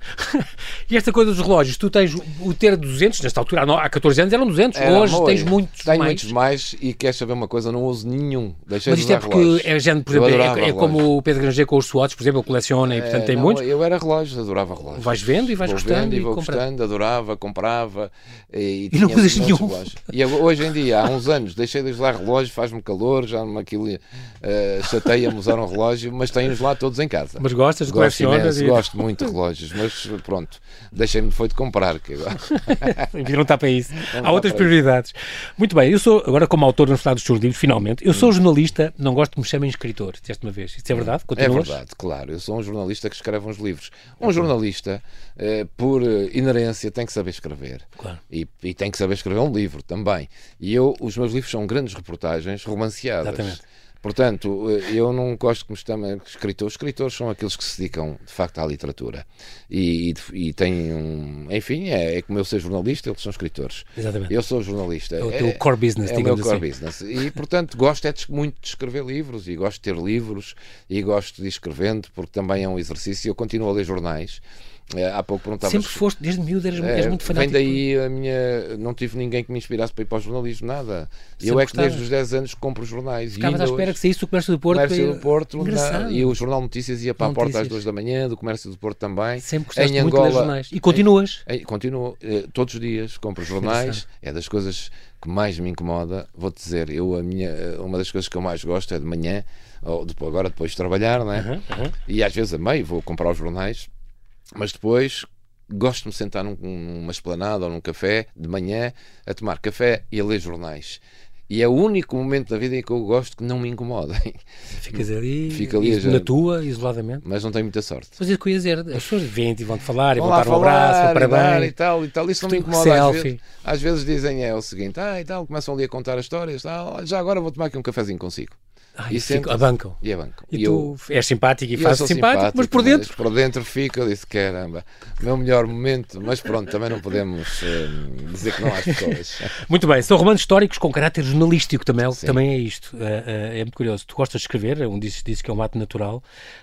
[SPEAKER 1] E esta coisa dos relógios, tu tens o ter 200, nesta altura, há no- há 14 anos eram 200,
[SPEAKER 2] Era,
[SPEAKER 1] hoje
[SPEAKER 2] mas
[SPEAKER 1] tens muitos
[SPEAKER 2] Tenho
[SPEAKER 1] mais.
[SPEAKER 2] muitos mais e queres saber uma coisa? Não uso nenhum. Deixei
[SPEAKER 1] Mas
[SPEAKER 2] de
[SPEAKER 1] isto é
[SPEAKER 2] usar
[SPEAKER 1] porque
[SPEAKER 2] relógios.
[SPEAKER 1] é género, por
[SPEAKER 2] Eu
[SPEAKER 1] exemplo, é-
[SPEAKER 2] adorava
[SPEAKER 1] é,
[SPEAKER 2] relógios.
[SPEAKER 1] como o Pedro Granger com os Swatch, por exemplo, ele coleciona e portanto
[SPEAKER 2] É,
[SPEAKER 1] tem
[SPEAKER 2] não,
[SPEAKER 1] muitos.
[SPEAKER 2] Eu era relógios, adorava relógios.
[SPEAKER 1] Vais vendo e vais
[SPEAKER 2] Vou
[SPEAKER 1] gostando
[SPEAKER 2] vendo
[SPEAKER 1] e
[SPEAKER 2] vou
[SPEAKER 1] comprando.
[SPEAKER 2] gostando, adorava, comprava. E,
[SPEAKER 1] E não
[SPEAKER 2] tinha
[SPEAKER 1] usas
[SPEAKER 2] muitos
[SPEAKER 1] nenhum.
[SPEAKER 2] relógios. E eu- hoje em dia, há uns anos, deixei de usar relógio, faz-me calor, já me aquilo eh, chateia-me usar um relógio, mas tenho-os lá todos em casa.
[SPEAKER 1] Mas gostas,
[SPEAKER 2] Gosto,
[SPEAKER 1] colecionas
[SPEAKER 2] imenso,
[SPEAKER 1] e
[SPEAKER 2] gosto muito de relógios, mas pronto, deixei-me foi de comprar. Que agora...
[SPEAKER 1] Enfim, não está para isso. Há
[SPEAKER 2] dá
[SPEAKER 1] outras
[SPEAKER 2] para
[SPEAKER 1] prioridades. Muito bem, eu sou, agora como autor no final dos teus livros, finalmente, eu sou jornalista, não gosto que me chamem escritor, disseste uma vez. Isso é verdade?
[SPEAKER 2] Hum. É
[SPEAKER 1] Continuas?
[SPEAKER 2] verdade, claro. Eu sou um jornalista que escreve uns livros. Um jornalista, eh, por eh, inerência, tem que saber escrever.
[SPEAKER 1] Claro.
[SPEAKER 2] E, e tem que saber escrever um livro também. E eu, os meus livros são grandes reportagens romanceadas.
[SPEAKER 1] Exatamente.
[SPEAKER 2] Portanto, eh, eu não gosto que me chamem escritor. Os escritores são aqueles que se dedicam, de facto, à literatura. E, e, e têm um. Enfim, é, é como eu ser jornalista, eles são escritores.
[SPEAKER 1] Exatamente.
[SPEAKER 2] Eu sou jornalista.
[SPEAKER 1] É o teu core business,
[SPEAKER 2] é o meu
[SPEAKER 1] digamos
[SPEAKER 2] core
[SPEAKER 1] assim.
[SPEAKER 2] business. E, portanto, gosto é de- muito de escrever livros e gosto de ter livros e gosto de ir escrevendo porque também é um exercício. Eu continuo a ler jornais. Eh, Há pouco perguntavas...
[SPEAKER 1] Sempre foste, desde miúdo, eras,
[SPEAKER 2] eh,
[SPEAKER 1] és muito fanático.
[SPEAKER 2] Vem daí a minha... Não tive ninguém que me inspirasse para ir para o jornalismo, nada. eu
[SPEAKER 1] Sempre
[SPEAKER 2] é que desde os 10 anos compro jornais.
[SPEAKER 1] Ficavas
[SPEAKER 2] e
[SPEAKER 1] à
[SPEAKER 2] ainda
[SPEAKER 1] espera
[SPEAKER 2] hoje-
[SPEAKER 1] que saísse o comércio do Porto.
[SPEAKER 2] Comércio
[SPEAKER 1] e-
[SPEAKER 2] do Porto
[SPEAKER 1] Engraçado.
[SPEAKER 2] na- e o Jornal Notícias ia para a porta
[SPEAKER 1] Notícias.
[SPEAKER 2] às 2 da manhã, do Comércio do Porto também.
[SPEAKER 1] Sempre gostaste
[SPEAKER 2] em
[SPEAKER 1] muito de ler
[SPEAKER 2] Angola-
[SPEAKER 1] jornais. E continuas.
[SPEAKER 2] Ei, Continuo eh, todos os dias, compro jornais, é das coisas que mais me incomoda. Vou-te dizer, eu, a minha, eh, uma das coisas que eu mais gosto é de manhã, ou depois, agora depois de trabalhar, não é? e às vezes a meio vou comprar os jornais, mas depois gosto de me sentar num- numa esplanada ou num café de manhã a tomar café e a ler jornais. E é o único momento da vida em que eu gosto que não me incomodem,
[SPEAKER 1] Ficas ali,
[SPEAKER 2] É. Fica ali
[SPEAKER 1] iso-
[SPEAKER 2] a-
[SPEAKER 1] na tua, isoladamente.
[SPEAKER 2] mas não tenho muita sorte.
[SPEAKER 1] Mas é isso que eu ia dizer, as pessoas vêm-te e vão-te falar, e
[SPEAKER 2] Vão
[SPEAKER 1] vão
[SPEAKER 2] lá
[SPEAKER 1] dar um abraço,
[SPEAKER 2] falar
[SPEAKER 1] vão
[SPEAKER 2] e dar e
[SPEAKER 1] parabéns.
[SPEAKER 2] tal e tal. Isso não me
[SPEAKER 1] Tipo
[SPEAKER 2] incomoda. Às
[SPEAKER 1] selfie.
[SPEAKER 2] vezes, às vezes dizem é o seguinte, ah, e tal, começam ali a contar as histórias, tal, já agora vou tomar aqui um cafezinho consigo.
[SPEAKER 1] Ai,
[SPEAKER 2] e
[SPEAKER 1] fico,
[SPEAKER 2] sempre-
[SPEAKER 1] Ah, abancam.
[SPEAKER 2] E é banco.
[SPEAKER 1] E, tu és simpático e
[SPEAKER 2] eu sou
[SPEAKER 1] fazes simpático, mas por dentro.
[SPEAKER 2] Mas por dentro fica, eu disse, caramba, meu melhor momento, mas pronto, também não podemos eh, dizer que não às pessoas.
[SPEAKER 1] Muito bem, são romances históricos com caráter jornalístico também, é- também é isto. Ah, ah, é muito curioso. Tu gostas de escrever, é um disse, disse que é um ato natural.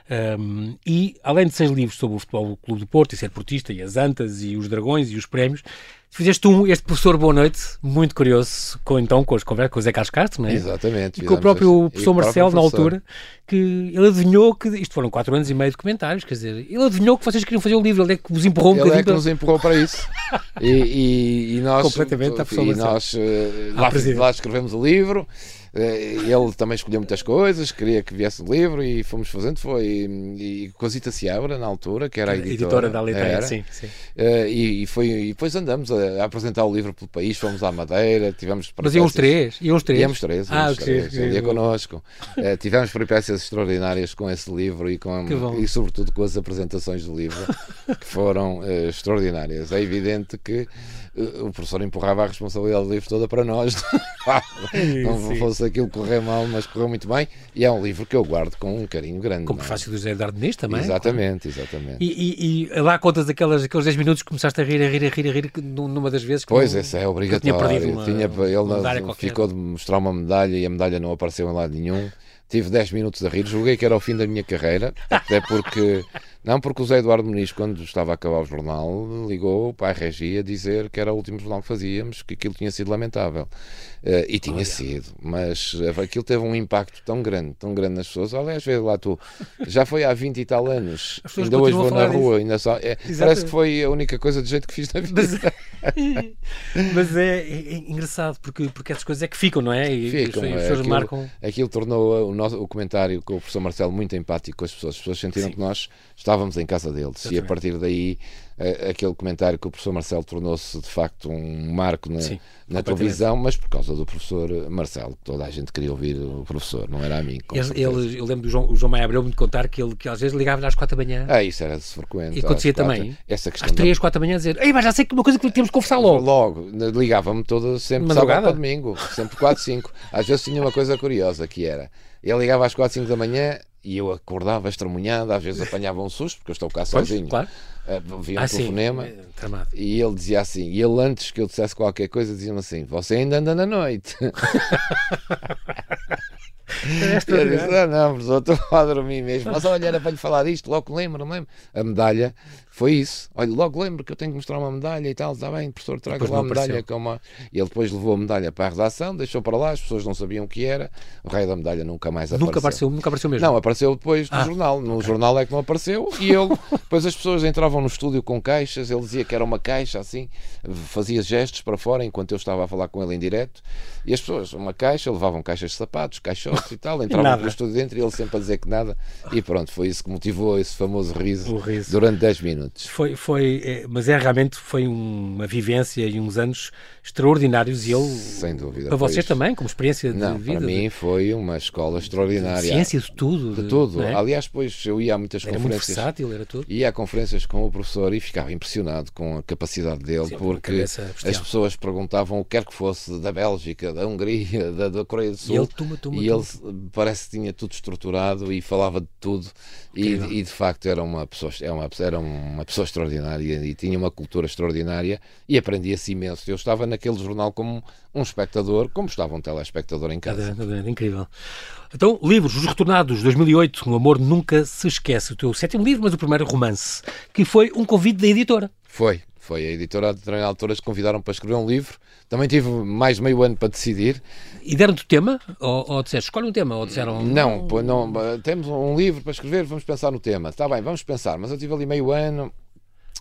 [SPEAKER 1] Ahm, e além de seis livros sobre o futebol do Clube do Porto e ser portista, e as antas, e os dragões, e os prémios, fizeste um, este professor Boa Noite, muito curioso, com então com as conversas com o Zé Carlos Castro, não é?
[SPEAKER 2] Exatamente.
[SPEAKER 1] E com o
[SPEAKER 2] fizemos
[SPEAKER 1] próprio
[SPEAKER 2] esse-
[SPEAKER 1] professor
[SPEAKER 2] e o próprio
[SPEAKER 1] Marcelo, na
[SPEAKER 2] professor.
[SPEAKER 1] altura, que ele adivinhou que. Isto foram quatro anos e meio de comentários, quer dizer, ele adivinhou que vocês queriam fazer um livro, ele é que vos empurrou um
[SPEAKER 2] Ele
[SPEAKER 1] bocadinho.
[SPEAKER 2] é que nos empurrou para isso. E, e- e nós,
[SPEAKER 1] Completamente, está a pessoa
[SPEAKER 2] e
[SPEAKER 1] lançada.
[SPEAKER 2] nós eh,
[SPEAKER 1] Ah,
[SPEAKER 2] lá,
[SPEAKER 1] presidente.
[SPEAKER 2] lá escrevemos o livro. eh, Ele também escolheu muitas coisas, queria que viesse o livro e fomos fazendo. Foi e, e Cosita Seabra, na altura, que era a
[SPEAKER 1] editora,
[SPEAKER 2] editora,
[SPEAKER 1] da Letra,
[SPEAKER 2] é? era.
[SPEAKER 1] sim, sim.
[SPEAKER 2] Eh, E, e foi, e depois andamos a, a apresentar o livro pelo país. Fomos à Madeira, tivemos.
[SPEAKER 1] Mas iam os três, iam os três.
[SPEAKER 2] Íamos três,
[SPEAKER 1] Ah,
[SPEAKER 2] íamos
[SPEAKER 1] que
[SPEAKER 2] três.
[SPEAKER 1] giro, que
[SPEAKER 2] Ele ia
[SPEAKER 1] giro.
[SPEAKER 2] connosco. Eh, tivemos peripécias extraordinárias com esse livro e, com,
[SPEAKER 1] Que bom.
[SPEAKER 2] e sobretudo com as apresentações do livro, que foram eh, extraordinárias. É evidente que eh, o professor empurrava a responsabilidade do livro toda para nós. não
[SPEAKER 1] Sim.
[SPEAKER 2] fosse aquilo correr mal, mas correu muito bem. E é um livro que eu guardo com um carinho grande.
[SPEAKER 1] Como
[SPEAKER 2] não é?
[SPEAKER 1] fácil do José Eduardo Nunes também.
[SPEAKER 2] Exatamente, exatamente.
[SPEAKER 1] E, e- e lá contas aquelas, aqueles 10 minutos que começaste a rir, a rir, a rir, a rir, que nu- numa das vezes que.
[SPEAKER 2] Pois,
[SPEAKER 1] não-
[SPEAKER 2] essa é
[SPEAKER 1] tinha
[SPEAKER 2] obrigatória.
[SPEAKER 1] perdido
[SPEAKER 2] Eu
[SPEAKER 1] uma-
[SPEAKER 2] tinha-
[SPEAKER 1] uma
[SPEAKER 2] ele
[SPEAKER 1] medalha
[SPEAKER 2] não-
[SPEAKER 1] qualquer.
[SPEAKER 2] ficou de me mostrar uma medalha e a medalha não apareceu em lado nenhum. Tive 10 minutos a rir, julguei que era o fim da minha carreira, até porque. Não, porque o Zé Eduardo Muniz, quando estava a acabar o jornal, ligou para a regia dizer que era o último jornal que fazíamos, que aquilo tinha sido lamentável. Eh, e tinha sido, mas eh, aquilo teve um impacto tão grande, tão grande nas pessoas. Aliás, vê lá tu, já foi há 20 e tal anos,
[SPEAKER 1] As pessoas
[SPEAKER 2] ainda hoje
[SPEAKER 1] continuam a
[SPEAKER 2] vou na
[SPEAKER 1] falar disso.
[SPEAKER 2] rua, ainda só. é, parece
[SPEAKER 1] Exatamente.
[SPEAKER 2] que foi a única coisa de jeito que fiz na vida.
[SPEAKER 1] Mas é, é- é engraçado, porque, porque essas coisas é que ficam, não é? E
[SPEAKER 2] Ficam,
[SPEAKER 1] as
[SPEAKER 2] é,
[SPEAKER 1] pessoas
[SPEAKER 2] aquilo-
[SPEAKER 1] marcam.
[SPEAKER 2] Aquilo tornou o, nosso, o comentário com o professor Marcelo muito empático com as pessoas. As pessoas sentiram que nós estávamos em casa deles. e a
[SPEAKER 1] Exatamente.
[SPEAKER 2] partir daí, eh, aquele comentário que o professor Marcelo tornou-se de facto um marco na,
[SPEAKER 1] Sim,
[SPEAKER 2] na
[SPEAKER 1] completamente.
[SPEAKER 2] televisão, mas por causa do professor Marcelo, que toda a gente queria ouvir o professor, não era a mim. com
[SPEAKER 1] Ele-
[SPEAKER 2] certeza.
[SPEAKER 1] ele- eu lembro do João, o João Maia Abreu me contar que ele que às vezes ligava-lhe às quatro da manhã.
[SPEAKER 2] Ah, isso era frequente.
[SPEAKER 1] E acontecia
[SPEAKER 2] às quatro.
[SPEAKER 1] também,
[SPEAKER 2] Essa questão
[SPEAKER 1] às três, quatro da manhã, dizer: Ei, mas já sei que uma coisa que temos que conversar
[SPEAKER 2] da...
[SPEAKER 1] logo.
[SPEAKER 2] Logo, né, ligava-me todo sempre
[SPEAKER 1] Madrugada?
[SPEAKER 2] sábado para domingo, sempre 4, 5. Às vezes tinha uma coisa curiosa que era, ele ligava às 4, 5 da manhã e eu acordava estremunhado, às vezes apanhava um susto, porque eu estou cá
[SPEAKER 1] Pois,
[SPEAKER 2] sozinho.
[SPEAKER 1] claro.
[SPEAKER 2] Ah, Via um
[SPEAKER 1] Ah, sim.
[SPEAKER 2] telefonema.
[SPEAKER 1] é, Tramado.
[SPEAKER 2] E ele dizia assim, e ele antes que eu dissesse qualquer coisa, dizia-me assim: Você ainda anda na noite. E eu disse: Ah, não, professor, estou a dormir mesmo. Mas olha, era para lhe falar disto, logo lembro, lembro. A medalha foi isso. Olha, logo lembro que eu tenho que mostrar uma medalha e tal, está bem, professor, traga
[SPEAKER 1] Depois
[SPEAKER 2] lá a
[SPEAKER 1] não
[SPEAKER 2] medalha.
[SPEAKER 1] apareceu.
[SPEAKER 2] Que é uma... E ele depois levou a medalha para a redação, deixou para lá, as pessoas não sabiam o que era. O raio da medalha nunca mais apareceu.
[SPEAKER 1] Nunca apareceu, nunca apareceu mesmo.
[SPEAKER 2] Não, apareceu depois
[SPEAKER 1] Ah,
[SPEAKER 2] no jornal. No jornal é que não apareceu. E ele, depois as pessoas entravam no estúdio com caixas. Ele dizia que era uma caixa assim, fazia gestos para fora enquanto eu estava a falar com ele em direto. E as pessoas, uma caixa, levavam caixas de sapatos, caixotes e tal, entravam
[SPEAKER 1] Nada.
[SPEAKER 2] no estúdio dentro e ele sempre a dizer que nada. E pronto, foi isso que motivou esse famoso riso,
[SPEAKER 1] O riso.
[SPEAKER 2] durante 10 minutos.
[SPEAKER 1] Foi, foi, é, mas é realmente foi uma vivência e uns anos extraordinários e ele
[SPEAKER 2] Sem dúvida.
[SPEAKER 1] para
[SPEAKER 2] foi
[SPEAKER 1] vocês
[SPEAKER 2] isso.
[SPEAKER 1] também como experiência de
[SPEAKER 2] Não,
[SPEAKER 1] vida,
[SPEAKER 2] para mim foi uma escola
[SPEAKER 1] de
[SPEAKER 2] extraordinária.
[SPEAKER 1] ciência de tudo,
[SPEAKER 2] De tudo.
[SPEAKER 1] não é?
[SPEAKER 2] Aliás, depois eu ia a muitas
[SPEAKER 1] era muito
[SPEAKER 2] conferências.
[SPEAKER 1] versátil, era tudo.
[SPEAKER 2] ia a conferências com o professor e ficava impressionado com a capacidade dele,
[SPEAKER 1] Sim,
[SPEAKER 2] porque
[SPEAKER 1] cabeça bestial.
[SPEAKER 2] as pessoas perguntavam o que quer que fosse da Bélgica, da Hungria, da, da Coreia do Sul.
[SPEAKER 1] ele, tuma, tuma,
[SPEAKER 2] e ele parece que tinha tudo estruturado e falava de tudo. E, e, de facto era uma, pessoa, era, uma, era uma pessoa extraordinária e tinha uma cultura extraordinária e aprendia-se imenso. Eu estava naquele jornal como um espectador, como estava um telespectador em casa.
[SPEAKER 1] Nada, nada, incrível. Então, livros, Os Retornados, 2008, Um Amor Nunca Se Esquece, o teu sétimo livro, mas o primeiro romance, que foi um convite da editora.
[SPEAKER 2] Foi, foi. A editora de Treinar Autoras convidaram para escrever um livro. Também tive mais meio ano para decidir.
[SPEAKER 1] E deram-te o tema, ou, ou disseste, escolhe um tema, ou disseram...
[SPEAKER 2] Não, pô, não, eh, temos um livro para escrever, vamos pensar no tema. Está bem, vamos pensar, mas eu tive ali meio ano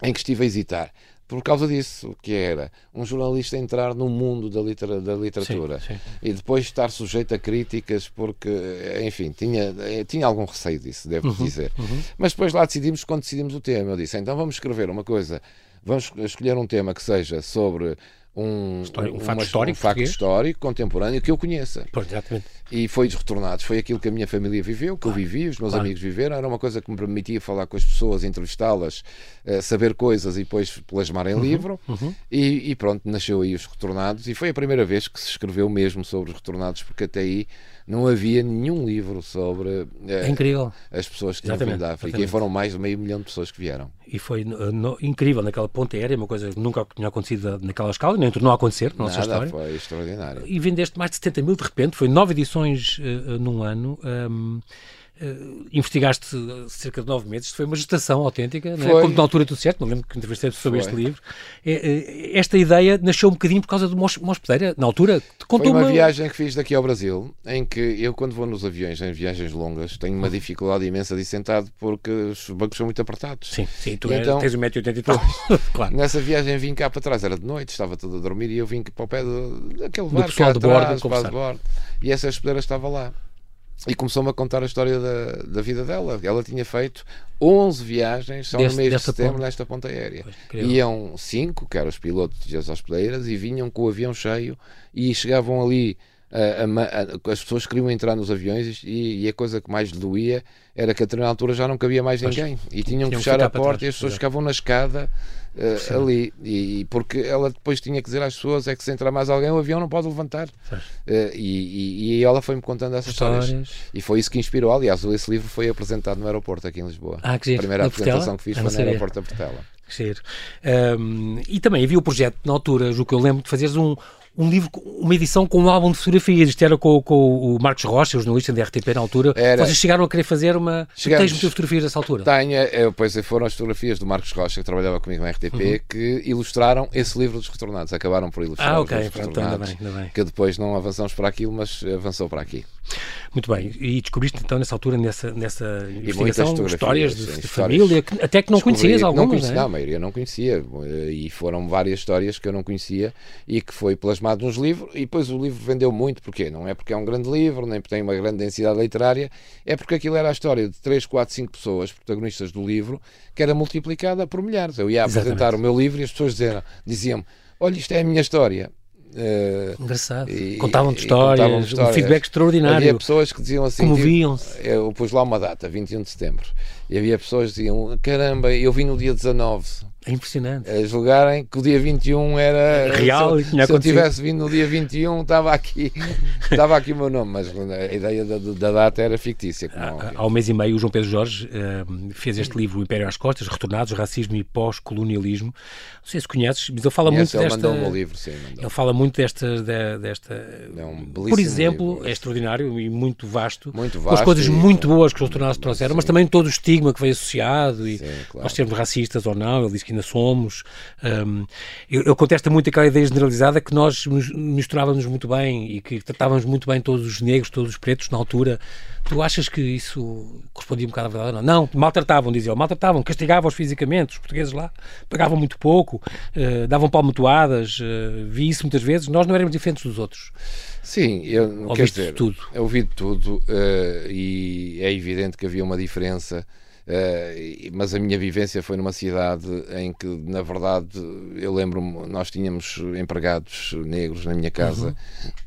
[SPEAKER 2] em que estive a hesitar. Por causa disso, que era um jornalista entrar no mundo da, litera- da literatura
[SPEAKER 1] sim.
[SPEAKER 2] e depois estar sujeito a críticas, porque, eh, enfim, tinha, eh, tinha algum receio disso, devo
[SPEAKER 1] Uhum,
[SPEAKER 2] dizer. Mas depois lá decidimos, quando decidimos o tema, eu disse: então vamos escrever uma coisa, vamos escolher um tema que seja sobre um,
[SPEAKER 1] História- um
[SPEAKER 2] uma-
[SPEAKER 1] fato histórico
[SPEAKER 2] um facto
[SPEAKER 1] português.
[SPEAKER 2] histórico contemporâneo que eu conheça
[SPEAKER 1] Pois, exatamente.
[SPEAKER 2] e foi dos retornados. Foi aquilo que a minha família viveu, que eu vivi, os meus amigos viveram. Era uma coisa que me permitia falar com as pessoas, entrevistá-las, eh, saber coisas e depois plasmar em
[SPEAKER 1] Uhum.
[SPEAKER 2] livro. E, e pronto, nasceu aí os retornados. E foi a primeira vez que se escreveu mesmo sobre os retornados, porque até aí não havia nenhum livro sobre eh,
[SPEAKER 1] É incrível.
[SPEAKER 2] as pessoas que tinham
[SPEAKER 1] Exatamente,
[SPEAKER 2] vindo da África. E
[SPEAKER 1] exatamente.
[SPEAKER 2] foram mais de meio milhão de pessoas que vieram.
[SPEAKER 1] E foi uh, no- incrível naquela ponte aérea, uma coisa que nunca tinha acontecido uh, naquela escala, nem tornou a acontecer na nossa
[SPEAKER 2] Nada,
[SPEAKER 1] história.
[SPEAKER 2] foi extraordinário.
[SPEAKER 1] E vendeste mais de 70 mil de repente, foi nove edições uh, uh, num ano. um, uh, investigaste uh, cerca de nove meses, isto foi uma gestação autêntica, não é?
[SPEAKER 2] Foi.
[SPEAKER 1] como na altura tudo certo, não lembro que entrevistei sobre
[SPEAKER 2] Foi.
[SPEAKER 1] este livro. É, é, Esta ideia nasceu um bocadinho por causa de uma hos- uma hospedeira, na altura, que te
[SPEAKER 2] Foi
[SPEAKER 1] contou
[SPEAKER 2] uma viagem que fiz daqui ao Brasil, em que eu, quando vou nos aviões, em viagens longas, tenho uma dificuldade imensa de ir sentado porque os bancos são muito apertados.
[SPEAKER 1] Sim, sim, tu
[SPEAKER 2] E
[SPEAKER 1] és-
[SPEAKER 2] então-
[SPEAKER 1] tens 1,83m, claro.
[SPEAKER 2] Nessa viagem vim cá para trás, era de noite, estava todo a dormir e eu vim para o pé do- daquele barco
[SPEAKER 1] pessoal
[SPEAKER 2] cá
[SPEAKER 1] de bordo,
[SPEAKER 2] atrás, para
[SPEAKER 1] conversar.
[SPEAKER 2] de bordo. E essa hospedeira estava lá. E começou-me a contar a história da, da vida dela. Ela tinha feito 11 viagens só
[SPEAKER 1] Deste-
[SPEAKER 2] no mês de
[SPEAKER 1] desta
[SPEAKER 2] setembro
[SPEAKER 1] ponte.
[SPEAKER 2] nesta ponta aérea.
[SPEAKER 1] Pois, incrível.
[SPEAKER 2] Iam cinco, que eram os pilotos e as hospedeiras, e vinham com o avião cheio e chegavam ali. ah, a ma- a- as pessoas queriam entrar nos aviões e, e a coisa que mais lhe doía era que a determinada altura já não cabia mais ninguém e tinham que
[SPEAKER 1] que
[SPEAKER 2] fechar
[SPEAKER 1] ficar
[SPEAKER 2] a
[SPEAKER 1] para
[SPEAKER 2] porta
[SPEAKER 1] trás,
[SPEAKER 2] e as pessoas
[SPEAKER 1] exato.
[SPEAKER 2] ficavam na escada eh, ali, e, e porque ela depois tinha que dizer às pessoas é que se entrar mais alguém o avião não pode levantar
[SPEAKER 1] Certo.
[SPEAKER 2] Eh, e, e- e ela foi-me contando essas histórias.
[SPEAKER 1] Histórias.
[SPEAKER 2] e foi isso que inspirou, aliás esse livro foi apresentado no aeroporto aqui em Lisboa
[SPEAKER 1] Ah, que giro.
[SPEAKER 2] a primeira
[SPEAKER 1] Na Portela?
[SPEAKER 2] apresentação que fiz
[SPEAKER 1] Ah,
[SPEAKER 2] foi
[SPEAKER 1] não
[SPEAKER 2] no
[SPEAKER 1] sabia.
[SPEAKER 2] aeroporto da Portela
[SPEAKER 1] Que giro. Ahm, e também havia o projeto, na altura, o que eu lembro de fazeres um, um livro, com- uma edição com um álbum de fotografias. Isto era com, com o Marcos Rocha, o jornalista da RTP na altura.
[SPEAKER 2] Era.
[SPEAKER 1] Vocês chegaram a querer fazer uma. Tu
[SPEAKER 2] Chegamos. Tá.
[SPEAKER 1] Tens muitas fotografias dessa altura.
[SPEAKER 2] Tenho, eh, eu, pois foram as fotografias do Marcos Rocha, que trabalhava comigo na RTP, que ilustraram esse livro dos retornados. Acabaram por ilustrar
[SPEAKER 1] Uhum. Ah,
[SPEAKER 2] os
[SPEAKER 1] ok,
[SPEAKER 2] livros dos
[SPEAKER 1] pronto, ainda
[SPEAKER 2] retornados,
[SPEAKER 1] bem, ainda bem.
[SPEAKER 2] que depois não avançamos para aquilo, mas avançou para aqui.
[SPEAKER 1] Muito bem. E descobriste então nessa altura, nessa, nessa
[SPEAKER 2] muitas
[SPEAKER 1] investigação,
[SPEAKER 2] fotografias,
[SPEAKER 1] histórias de,
[SPEAKER 2] sim,
[SPEAKER 1] de
[SPEAKER 2] histórias.
[SPEAKER 1] família, que- até que não
[SPEAKER 2] Descobri
[SPEAKER 1] conhecias
[SPEAKER 2] que
[SPEAKER 1] algumas,
[SPEAKER 2] não, conhecia,
[SPEAKER 1] não é?
[SPEAKER 2] a maioria não conhecia eh, e foram várias histórias que eu não conhecia e que foi plasmado nos livros e depois o livro vendeu muito, porquê? Não é porque é um grande livro, nem porque tem uma grande densidade literária, é porque aquilo era a história de 3, 4, 5 pessoas, protagonistas do livro, que era multiplicada por milhares. Eu ia
[SPEAKER 1] Exatamente.
[SPEAKER 2] apresentar o meu livro e as pessoas diziam- diziam-me, olha isto é a minha história. Eh,
[SPEAKER 1] Engraçado.
[SPEAKER 2] E-
[SPEAKER 1] Contavam-te
[SPEAKER 2] e-
[SPEAKER 1] histórias,
[SPEAKER 2] contavam-me
[SPEAKER 1] um
[SPEAKER 2] histórias.
[SPEAKER 1] feedback
[SPEAKER 2] Havia
[SPEAKER 1] extraordinário.
[SPEAKER 2] pessoas que diziam assim.
[SPEAKER 1] Comoviam-se.
[SPEAKER 2] tipo, Eu pus lá uma data, 21 de setembro. E havia pessoas que diziam: caramba, eu vim no dia 19.
[SPEAKER 1] É impressionante.
[SPEAKER 2] A julgarem que o dia 21 era.
[SPEAKER 1] Real, e
[SPEAKER 2] Se,
[SPEAKER 1] tinha
[SPEAKER 2] eu- se eu
[SPEAKER 1] acontecido.
[SPEAKER 2] tivesse vindo no dia 21, estava aqui, estava aqui o meu nome. Mas a ideia da, da data era fictícia. como é
[SPEAKER 1] Há,
[SPEAKER 2] óbvio.
[SPEAKER 1] há um mês e meio, o João Pedro Jorge eh, fez este livro, O Império às Costas, Retornados, Racismo e Pós-Colonialismo. Não sei se conheces, mas ele fala
[SPEAKER 2] Conhece,
[SPEAKER 1] muito
[SPEAKER 2] ele
[SPEAKER 1] desta...
[SPEAKER 2] mandou é o meu livro, sim. mandou.
[SPEAKER 1] Ele fala muito desta. de- desta
[SPEAKER 2] É um belíssimo
[SPEAKER 1] por exemplo,
[SPEAKER 2] livro.
[SPEAKER 1] é extraordinário e muito vasto.
[SPEAKER 2] Muito
[SPEAKER 1] com as
[SPEAKER 2] vasto
[SPEAKER 1] coisas
[SPEAKER 2] e
[SPEAKER 1] muito
[SPEAKER 2] com-
[SPEAKER 1] boas que os tornados trouxeram, mas também todo o estigma que veio associado e
[SPEAKER 2] Sim, claro.
[SPEAKER 1] nós sermos racistas ou não, ele diz que ainda somos. Hum, ele ele contesta muito aquela ideia generalizada que nós mis- misturávamos muito bem e que tratávamos muito bem todos os negros, todos os pretos na altura. Tu achas que isso correspondia um bocado à verdade ou não? Não, maltratavam, dizia ele, maltratavam, castigavam-os fisicamente, os portugueses lá pagavam muito pouco, eh, davam palmetoadas, eh, vi isso muitas vezes, nós não éramos diferentes dos outros.
[SPEAKER 2] Sim, eu quer
[SPEAKER 1] Ouviste
[SPEAKER 2] dizer,
[SPEAKER 1] tudo.
[SPEAKER 2] Eu ouvi de tudo eh, e é evidente que havia uma diferença, eh, e- mas a minha vivência foi numa cidade em que, na verdade, eu lembro-me, nós tínhamos empregados negros na minha casa,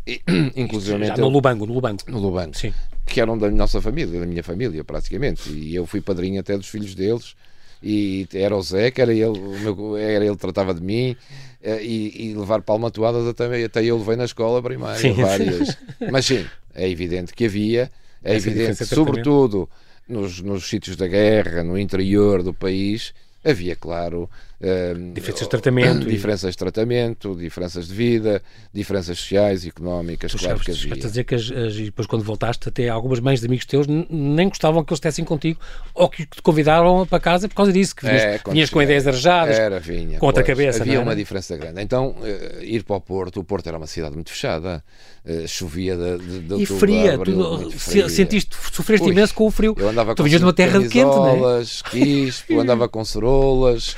[SPEAKER 2] e, inclusive
[SPEAKER 1] Já no Lubango, no Lubango.
[SPEAKER 2] no Lubango,
[SPEAKER 1] Sim.
[SPEAKER 2] que eram da nossa família, da minha família, praticamente, e eu fui padrinho até dos filhos deles, e era o Zé, que era ele, o meu- era ele que tratava de mim, eh, e, e levar palmatoadas até, até eu levei na escola primária,
[SPEAKER 1] Sim.
[SPEAKER 2] várias. Mas sim, é evidente que havia, é
[SPEAKER 1] Essa
[SPEAKER 2] evidente,
[SPEAKER 1] diferença, certamente.
[SPEAKER 2] sobretudo nos, nos sítios da guerra, no interior do país, havia, claro... eh,
[SPEAKER 1] Diferenças de tratamento e-
[SPEAKER 2] Diferenças de tratamento, diferenças de vida, diferenças sociais, económicas,
[SPEAKER 1] Tu
[SPEAKER 2] claro
[SPEAKER 1] chegaste,
[SPEAKER 2] que
[SPEAKER 1] chegaste
[SPEAKER 2] havia.
[SPEAKER 1] a dizer que as, as- e depois quando voltaste até algumas mães de amigos teus n- nem gostavam que eles estivessem contigo ou que te convidaram para casa por causa disso, que vinhas,
[SPEAKER 2] É, quando
[SPEAKER 1] vinhas com
[SPEAKER 2] cheguei.
[SPEAKER 1] ideias arejadas.
[SPEAKER 2] Era, vinha.
[SPEAKER 1] com outra cabeça,
[SPEAKER 2] Havia
[SPEAKER 1] não é? era?
[SPEAKER 2] uma diferença grande. Então, eh, ir para o Porto, o Porto era uma cidade muito fechada, eh, chovia de, de, de
[SPEAKER 1] E
[SPEAKER 2] outubro a
[SPEAKER 1] fria,
[SPEAKER 2] abril,
[SPEAKER 1] tu
[SPEAKER 2] muito
[SPEAKER 1] se-
[SPEAKER 2] fria.
[SPEAKER 1] sentiste, sofreste
[SPEAKER 2] Ui,
[SPEAKER 1] imenso com o frio.
[SPEAKER 2] Eu andava
[SPEAKER 1] tu
[SPEAKER 2] com
[SPEAKER 1] vinhas de uma terra de quente, não é?
[SPEAKER 2] camisolas, quispo, andava com cerolas,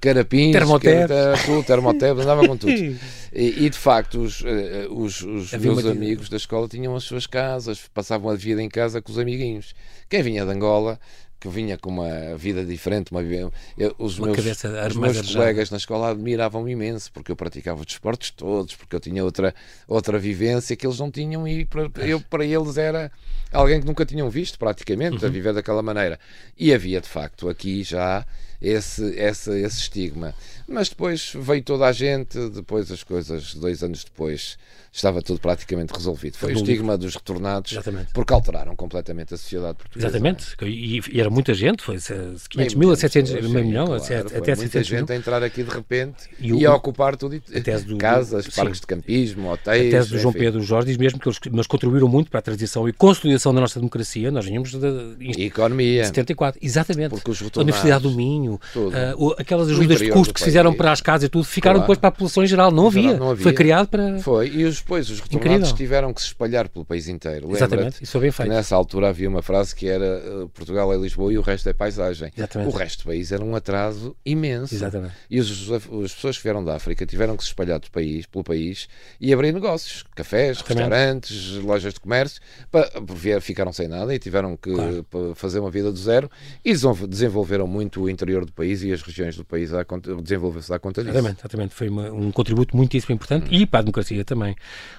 [SPEAKER 2] carapins,
[SPEAKER 1] Termotebs.
[SPEAKER 2] carta- tudo, termotebs, andava com tudo. E, e, de facto, os, eh, os, os
[SPEAKER 1] Havia
[SPEAKER 2] meus
[SPEAKER 1] uma-
[SPEAKER 2] amigos da escola tinham as suas casas, passavam a vida em casa com os amiguinhos. Quem vinha de Angola, que vinha com uma vida diferente, uma, vi- eu- os
[SPEAKER 1] Uma
[SPEAKER 2] meus,
[SPEAKER 1] cabeça
[SPEAKER 2] os
[SPEAKER 1] armada
[SPEAKER 2] meus
[SPEAKER 1] já.
[SPEAKER 2] colegas na escola admiravam-me imenso, porque eu praticava os desportos todos, porque eu tinha outra, outra vivência que eles não tinham e para, eu, para eles era alguém que nunca tinham visto praticamente,
[SPEAKER 1] Uhum.
[SPEAKER 2] a viver daquela maneira. E havia de facto aqui já esse, esse, esse estigma. Mas depois veio toda a gente, depois as coisas, dois anos depois, estava tudo praticamente resolvido. Foi o estigma dos retornados,
[SPEAKER 1] Exatamente.
[SPEAKER 2] porque alteraram completamente a sociedade portuguesa.
[SPEAKER 1] Exatamente, e, e era muita gente, foi se- 500
[SPEAKER 2] Meio
[SPEAKER 1] mil a
[SPEAKER 2] milhão de
[SPEAKER 1] 700
[SPEAKER 2] pessoas,
[SPEAKER 1] meio
[SPEAKER 2] sim,
[SPEAKER 1] milhão,
[SPEAKER 2] claro,
[SPEAKER 1] até,
[SPEAKER 2] foi
[SPEAKER 1] até
[SPEAKER 2] muita
[SPEAKER 1] 700 mil.
[SPEAKER 2] gente é a entrar aqui de repente
[SPEAKER 1] E
[SPEAKER 2] e,
[SPEAKER 1] o-
[SPEAKER 2] a ocupar tudo. e-
[SPEAKER 1] tese do-
[SPEAKER 2] casas,
[SPEAKER 1] do-
[SPEAKER 2] parques
[SPEAKER 1] sim.
[SPEAKER 2] de campismo, hotéis.
[SPEAKER 1] A tese do João
[SPEAKER 2] enfim.
[SPEAKER 1] Pedro Jorge diz mesmo que eles mas contribuíram muito para a transição e consolidação da nossa democracia. Nós vínhamos da,
[SPEAKER 2] E economia.
[SPEAKER 1] 74, exatamente.
[SPEAKER 2] Porque os
[SPEAKER 1] a Universidade do
[SPEAKER 2] retornados,
[SPEAKER 1] Minho,
[SPEAKER 2] tudo.
[SPEAKER 1] ah, o- aquelas ajudas de
[SPEAKER 2] interior
[SPEAKER 1] custo
[SPEAKER 2] do
[SPEAKER 1] que se fizeram
[SPEAKER 2] país.
[SPEAKER 1] para as casas e tudo, ficaram
[SPEAKER 2] Claro.
[SPEAKER 1] depois para a população em geral. Não,
[SPEAKER 2] Em
[SPEAKER 1] havia.
[SPEAKER 2] geral, não havia.
[SPEAKER 1] Foi criado para.
[SPEAKER 2] Foi, e os, depois os retornados
[SPEAKER 1] Incrível.
[SPEAKER 2] tiveram que se espalhar pelo país inteiro.
[SPEAKER 1] Exatamente,
[SPEAKER 2] Lembra-te
[SPEAKER 1] isso foi bem
[SPEAKER 2] que
[SPEAKER 1] feito.
[SPEAKER 2] Nessa altura havia uma frase que era eh, Portugal é Lisboa e o resto é paisagem.
[SPEAKER 1] Exatamente.
[SPEAKER 2] O resto do país era um atraso imenso.
[SPEAKER 1] Exatamente.
[SPEAKER 2] E os, os- as pessoas que vieram da África tiveram que se espalhar do país, pelo país e abrir negócios, cafés, restaurantes, lojas de comércio, pa- porque ficaram sem nada e tiveram que pa- fazer uma vida do zero e desenvol- desenvolveram muito o interior do país e as regiões do país à conta- desenvolveu-se à conta disso.
[SPEAKER 1] Exatamente, exatamente. Foi uma- um contributo muitíssimo importante e para a democracia também.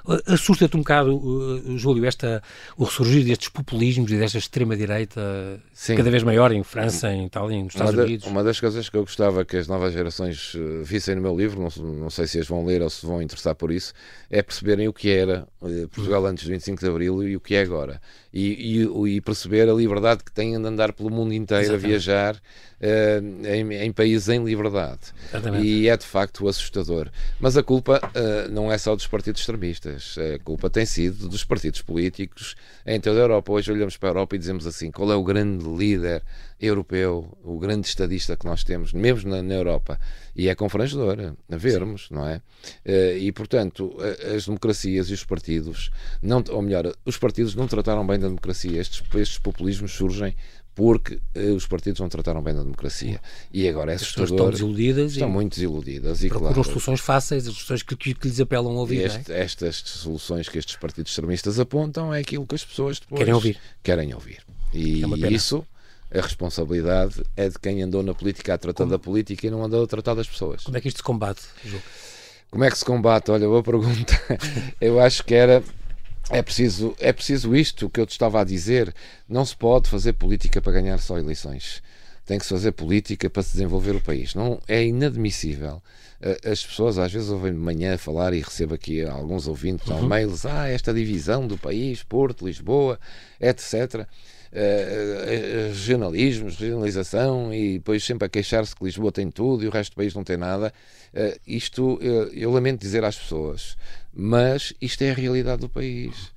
[SPEAKER 1] Uh, Assusta-te um bocado, uh, Júlio, esta, o ressurgir destes populismos e desta extrema-direita
[SPEAKER 2] Sim.
[SPEAKER 1] cada vez maior em França, em Itália, nos Estados
[SPEAKER 2] uma, da-
[SPEAKER 1] Unidos.
[SPEAKER 2] uma das coisas que eu gostava que as novas gerações eh, vissem no meu livro, não, se- não sei se as vão ler ou se vão interessar por isso, é perceberem o que era eh, Portugal antes do 25 de Abril e o que é agora. E, e- e perceber a liberdade que têm de andar pelo mundo inteiro a viajar eh, em, em países em liberdade.
[SPEAKER 1] Exatamente.
[SPEAKER 2] E é de facto assustador. Mas a culpa eh, não é só dos partidos extremistas. A culpa tem sido dos partidos políticos em toda a Europa. Hoje olhamos para a Europa e dizemos assim: qual é o grande líder europeu, o grande estadista que nós temos, mesmo na, na Europa? E é confrangedor a vermos, não é? Eh, e portanto, a- as democracias e os partidos, não, ou melhor, os partidos não trataram bem da democracia. Estes, estes populismos surgem. Porque eh, os partidos não trataram bem da democracia. E agora é
[SPEAKER 1] As pessoas estão
[SPEAKER 2] assustador.
[SPEAKER 1] desiludidas
[SPEAKER 2] Estão
[SPEAKER 1] e
[SPEAKER 2] muito desiludidas e
[SPEAKER 1] procuram
[SPEAKER 2] claro.
[SPEAKER 1] soluções fáceis, as soluções que, que, que lhes apelam a ouvir. não é?
[SPEAKER 2] este- estas soluções que estes partidos extremistas apontam é aquilo que as pessoas depois
[SPEAKER 1] Querem ouvir.
[SPEAKER 2] querem ouvir. E
[SPEAKER 1] É uma pena.
[SPEAKER 2] isso, a responsabilidade é de quem andou na política a tratar da política e não andou a tratar das pessoas.
[SPEAKER 1] Como é que isto se combate, João?
[SPEAKER 2] Como é que se combate? Olha, boa pergunta. Eu acho que era. É preciso, é preciso isto que eu te estava a dizer. Não se pode fazer política para ganhar só eleições. Tem que se fazer política para se desenvolver o país. Não é inadmissível. Eh, As pessoas às vezes ouvem de manhã falar e recebo aqui alguns ouvintes ao mails. Ah, esta divisão do país, Porto, Lisboa, etc. Eh, eh, regionalismos, regionalização e depois sempre a queixar-se que Lisboa tem tudo e o resto do país não tem nada. Eh, isto eh, eu lamento dizer às pessoas, mas isto é a realidade do país.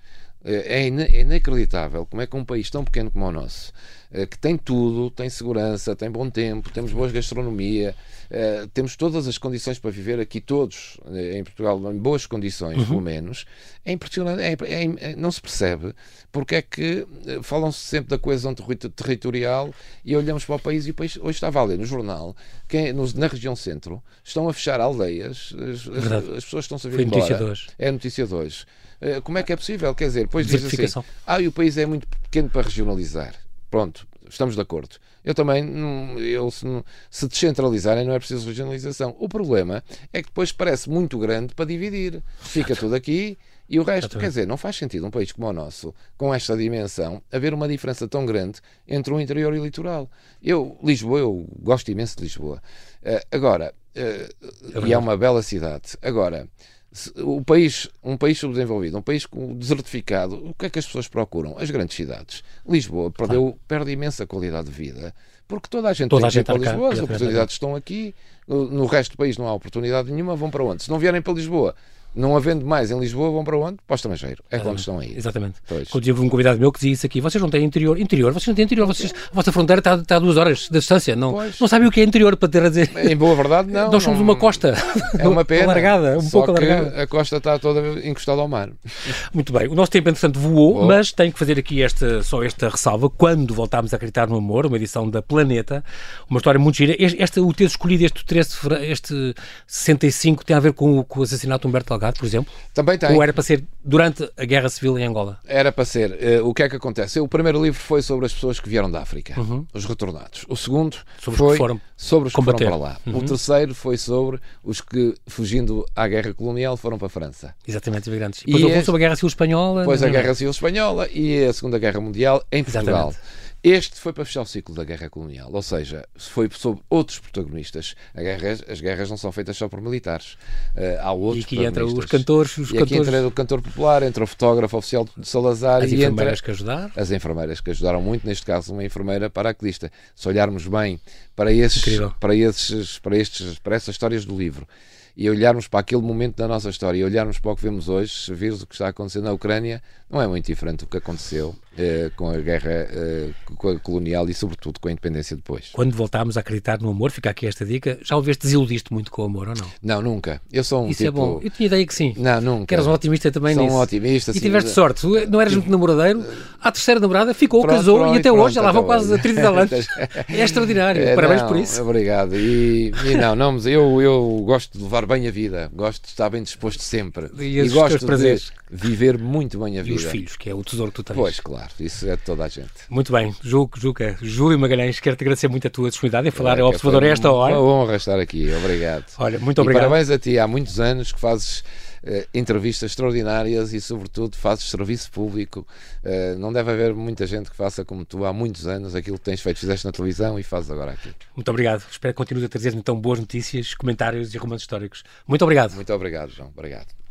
[SPEAKER 2] Eh, É ina- é inacreditável como é que um país tão pequeno como o nosso, eh, que tem tudo, tem segurança, tem bom tempo, temos boa gastronomia, eh, temos todas as condições para viver aqui, todos eh, em Portugal, em boas
[SPEAKER 1] Uhum.
[SPEAKER 2] condições, pelo menos, é impressionante. é- é im- é- não se percebe porque é que eh, falam-se sempre da coesão terri- territorial e olhamos para o país e o país. Hoje estava a ler no jornal que nos- na região centro estão a fechar aldeias, as, as-
[SPEAKER 1] Verdade.
[SPEAKER 2] as pessoas estão-se a vir
[SPEAKER 1] Foi
[SPEAKER 2] embora.
[SPEAKER 1] notícia de hoje.
[SPEAKER 2] É a notícia 2. Como é que é possível? Quer dizer, depois diz assim:
[SPEAKER 1] Desertificação.
[SPEAKER 2] ah, e o país é muito pequeno para regionalizar. Pronto, estamos de acordo. Eu também, não- eu, se, não- se descentralizarem, não é preciso regionalização. O problema é que depois parece muito grande para dividir. Fica tudo aqui e o resto. Quer dizer, não faz sentido um país como o nosso, com esta dimensão, haver uma diferença tão grande entre o interior e o litoral. Eu, Lisboa, eu gosto imenso de Lisboa. Eh, agora, eh, e é uma bela cidade. Agora, se- o país, um país subdesenvolvido, um país com- desertificado, o que é que as pessoas procuram? As grandes cidades. Lisboa perdeu, perde imensa qualidade de vida, porque toda a gente
[SPEAKER 1] Toda
[SPEAKER 2] tem
[SPEAKER 1] a
[SPEAKER 2] que ir
[SPEAKER 1] gente
[SPEAKER 2] para
[SPEAKER 1] está cá,
[SPEAKER 2] Lisboa, as
[SPEAKER 1] exatamente.
[SPEAKER 2] oportunidades estão aqui, no, no resto do país não há oportunidade nenhuma, vão para onde? Se não vierem para Lisboa, não havendo mais em Lisboa, vão para onde? Para o estrangeiro. É quando estão aí.
[SPEAKER 1] Exatamente.
[SPEAKER 2] Pois.
[SPEAKER 1] Quando tive um convidado meu que dizia isso aqui: vocês não têm interior, interior, vocês não têm interior, vocês, a vossa fronteira está, está a duas horas da distância, não,
[SPEAKER 2] Pois.
[SPEAKER 1] não sabem o que é interior para ter a dizer.
[SPEAKER 2] Em boa verdade, não.
[SPEAKER 1] Nós somos
[SPEAKER 2] não-
[SPEAKER 1] uma costa
[SPEAKER 2] É uma pena.
[SPEAKER 1] alargada, um
[SPEAKER 2] Só
[SPEAKER 1] pouco
[SPEAKER 2] que
[SPEAKER 1] alargada.
[SPEAKER 2] A costa está toda encostada ao mar.
[SPEAKER 1] Muito bem, o nosso tempo, entretanto, voou,
[SPEAKER 2] Voou.
[SPEAKER 1] mas tenho que fazer aqui esta, só esta ressalva. Quando voltarmos a acreditar no amor, uma edição da Planeta, uma história muito gira. Este, este- o ter escolhido este 13 de fevere- este 65, tem a ver com, o- com o assassinato de Humberto Delgado, por exemplo?
[SPEAKER 2] Também tem.
[SPEAKER 1] Ou era para ser durante a Guerra Civil em Angola?
[SPEAKER 2] Era para ser. Eh, o que é que acontece? O primeiro livro foi sobre as pessoas que vieram da África, os retornados. O segundo
[SPEAKER 1] Uhum. Sobre os
[SPEAKER 2] foi
[SPEAKER 1] que foram
[SPEAKER 2] sobre os
[SPEAKER 1] combater. Uhum.
[SPEAKER 2] que foram para lá. O terceiro foi sobre os que, fugindo à guerra colonial, foram para a França.
[SPEAKER 1] Exatamente, imigrantes. E
[SPEAKER 2] E
[SPEAKER 1] depois houve um
[SPEAKER 2] este-
[SPEAKER 1] sobre a Guerra Civil Espanhola.
[SPEAKER 2] Depois a
[SPEAKER 1] não é?
[SPEAKER 2] Guerra Civil Espanhola e a Segunda Guerra Mundial em Portugal. Este foi para fechar o ciclo da Guerra Colonial, ou seja, foi sobre outros protagonistas. A guerra- as guerras não são feitas só por militares. Eh, há outros
[SPEAKER 1] E aqui entra os
[SPEAKER 2] protagonistas.
[SPEAKER 1] cantores, os
[SPEAKER 2] E aqui
[SPEAKER 1] cantores,
[SPEAKER 2] entra o cantor popular, entra o fotógrafo oficial de Salazar
[SPEAKER 1] as
[SPEAKER 2] e entra
[SPEAKER 1] enfermeiras que ajudar.
[SPEAKER 2] as enfermeiras que ajudaram muito, neste caso uma enfermeira paraquedista. Se olharmos bem para esses,
[SPEAKER 1] Incrível.
[SPEAKER 2] para esses, para estes, para essas histórias do livro e olharmos para aquele momento da nossa história e olharmos para o que vemos hoje, se vires o que está acontecendo na Ucrânia, não é muito diferente do que aconteceu eh, com a guerra eh, com a colonial e sobretudo com a independência depois.
[SPEAKER 1] Quando voltarmos a acreditar no amor, fica aqui esta dica. Já ouviste desiludiste muito com o amor ou não?
[SPEAKER 2] Não, nunca. Eu sou um
[SPEAKER 1] Isso
[SPEAKER 2] tipo
[SPEAKER 1] é bom. Eu tinha ideia que sim.
[SPEAKER 2] Não, nunca.
[SPEAKER 1] Que eras um otimista também
[SPEAKER 2] Sou um
[SPEAKER 1] nisso.
[SPEAKER 2] otimista,
[SPEAKER 1] E
[SPEAKER 2] sim. Tipo
[SPEAKER 1] tiveste sorte. Não eras muito namoradeiro. À terceira namorada ficou,
[SPEAKER 2] Pronto,
[SPEAKER 1] casou
[SPEAKER 2] pronto,
[SPEAKER 1] e até
[SPEAKER 2] pronto,
[SPEAKER 1] hoje já lá vão
[SPEAKER 2] acabou.
[SPEAKER 1] quase 30 e tal anos. É extraordinário.
[SPEAKER 2] É,
[SPEAKER 1] Parabéns
[SPEAKER 2] não,
[SPEAKER 1] por isso.
[SPEAKER 2] Obrigado. E, e não, não, mas eu, eu gosto de levar bem a vida, gosto de estar bem disposto sempre.
[SPEAKER 1] E esses
[SPEAKER 2] gosto
[SPEAKER 1] teus prazeres?
[SPEAKER 2] de viver muito bem a
[SPEAKER 1] E
[SPEAKER 2] vida.
[SPEAKER 1] os filhos, que é o tesouro que tu tens.
[SPEAKER 2] Pois, claro, isso é de toda a gente.
[SPEAKER 1] Muito bem. Juca, Juca, Júlio Magalhães, quero-te agradecer muito a tua disponibilidade em falar
[SPEAKER 2] É,
[SPEAKER 1] ao
[SPEAKER 2] que
[SPEAKER 1] Observador a
[SPEAKER 2] foi
[SPEAKER 1] esta hora.
[SPEAKER 2] Uma honra estar aqui, obrigado.
[SPEAKER 1] Olha, muito
[SPEAKER 2] E
[SPEAKER 1] obrigado.
[SPEAKER 2] parabéns a ti, há muitos anos que fazes eh, entrevistas extraordinárias e, sobretudo, fazes serviço público. Eh, não deve haver muita gente que faça como tu há muitos anos aquilo que tens feito, fizeste na televisão e fazes agora aqui.
[SPEAKER 1] Muito obrigado. Espero que continues a trazer-me então boas notícias, comentários e romances históricos. Muito obrigado.
[SPEAKER 2] Muito obrigado, João. Obrigado.